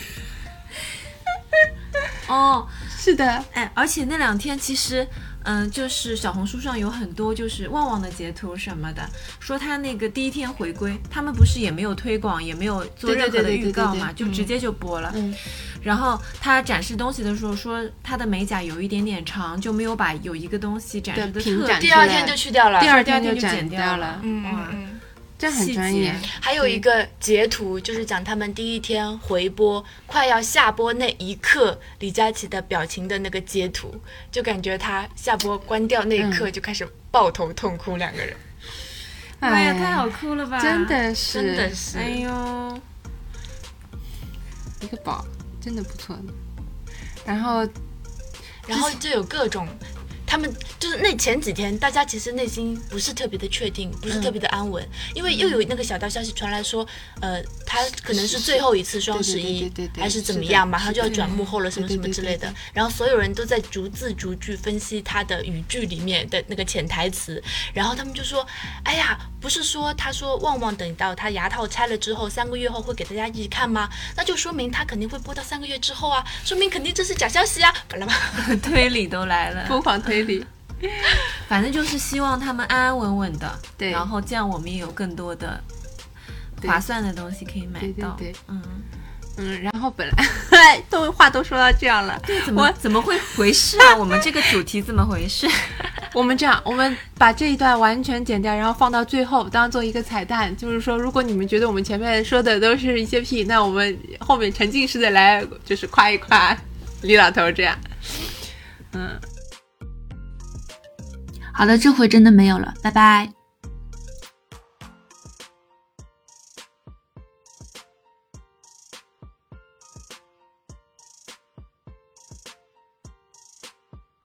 S1: 哦，
S2: 是的，
S1: 哎，而且那两天其实，嗯，就是小红书上有很多就是旺旺的截图什么的，说他那个第一天回归，他们不是也没有推广，也没有做
S2: 对对
S1: 任何的
S2: 对对对
S1: 预告
S2: 对
S1: 嘛，
S2: 对
S1: 就直接就播了。
S2: 嗯
S1: 然后他展示东西的时候说他的美甲有一点点长，就没有把有一个东西展示的
S2: 对平
S1: 特
S2: 展
S1: 别
S3: 第
S2: 出
S3: 二
S2: 来
S3: 天就去掉了，
S2: 第二
S1: 第二天
S2: 天
S1: 就
S2: 剪
S1: 剪
S2: 掉
S1: 了
S2: 了，，
S3: 嗯嗯
S1: 哇
S3: 嗯。
S2: 这
S1: 细
S2: 很
S1: 节
S2: 专业。
S3: 还有一个截图，就是讲他们第一天回播快要下播那一刻，李佳琦的表情的那个截图，就感觉他下播关掉那一刻就开始抱头痛哭，两个人
S1: 哎呀，太好哭了吧！
S2: 真，的是
S3: 真的是。
S1: 哎呦，
S2: 一个宝，真的不错的。然后
S3: 然后就有各种，他们就是那前几天，大家其实内心不是特别的确
S2: 嗯
S3: 定，不是特别的安稳，因为又有那个小道消息传来说，呃，他可能是最后一次双十
S2: 对对
S3: 一
S2: 对对对，
S3: 还是怎么
S2: 是的
S3: 样，马上就要转幕后了，
S2: 是
S3: 什
S2: 的
S3: 么什么之类
S2: 对对对
S3: 的。然后所有人都在逐字逐句分析他的语句里面的那个潜台词，然后他们就说，哎呀，不是说他说旺旺等到他牙套拆了之后，三个月后会给大家一起看吗？那就说明他肯定会播到三个月之后啊，说明肯定这是假消息啊，巴拉巴拉。
S1: 推理都来了。
S2: 疯狂推 理，
S1: 反正就是希望他们安安稳稳的，
S2: 对
S1: 然后这样我们也有更多的
S2: 对
S1: 划算的东西可以买到，
S2: 对对对
S1: 嗯，
S2: 嗯，然后本来 都话都说到这样了，
S1: 怎
S2: 我
S1: 么怎么会回事啊？我们这个主题怎么回事？
S2: 我们这样，我们把这一段完全剪掉，然后放到最后当做一个彩蛋。就是说，如果你们觉得我们前面说的都是一些屁，那我们后面沉浸式的来就是夸一夸李老头这样。嗯，
S5: 好了，这回真的没有了，拜拜。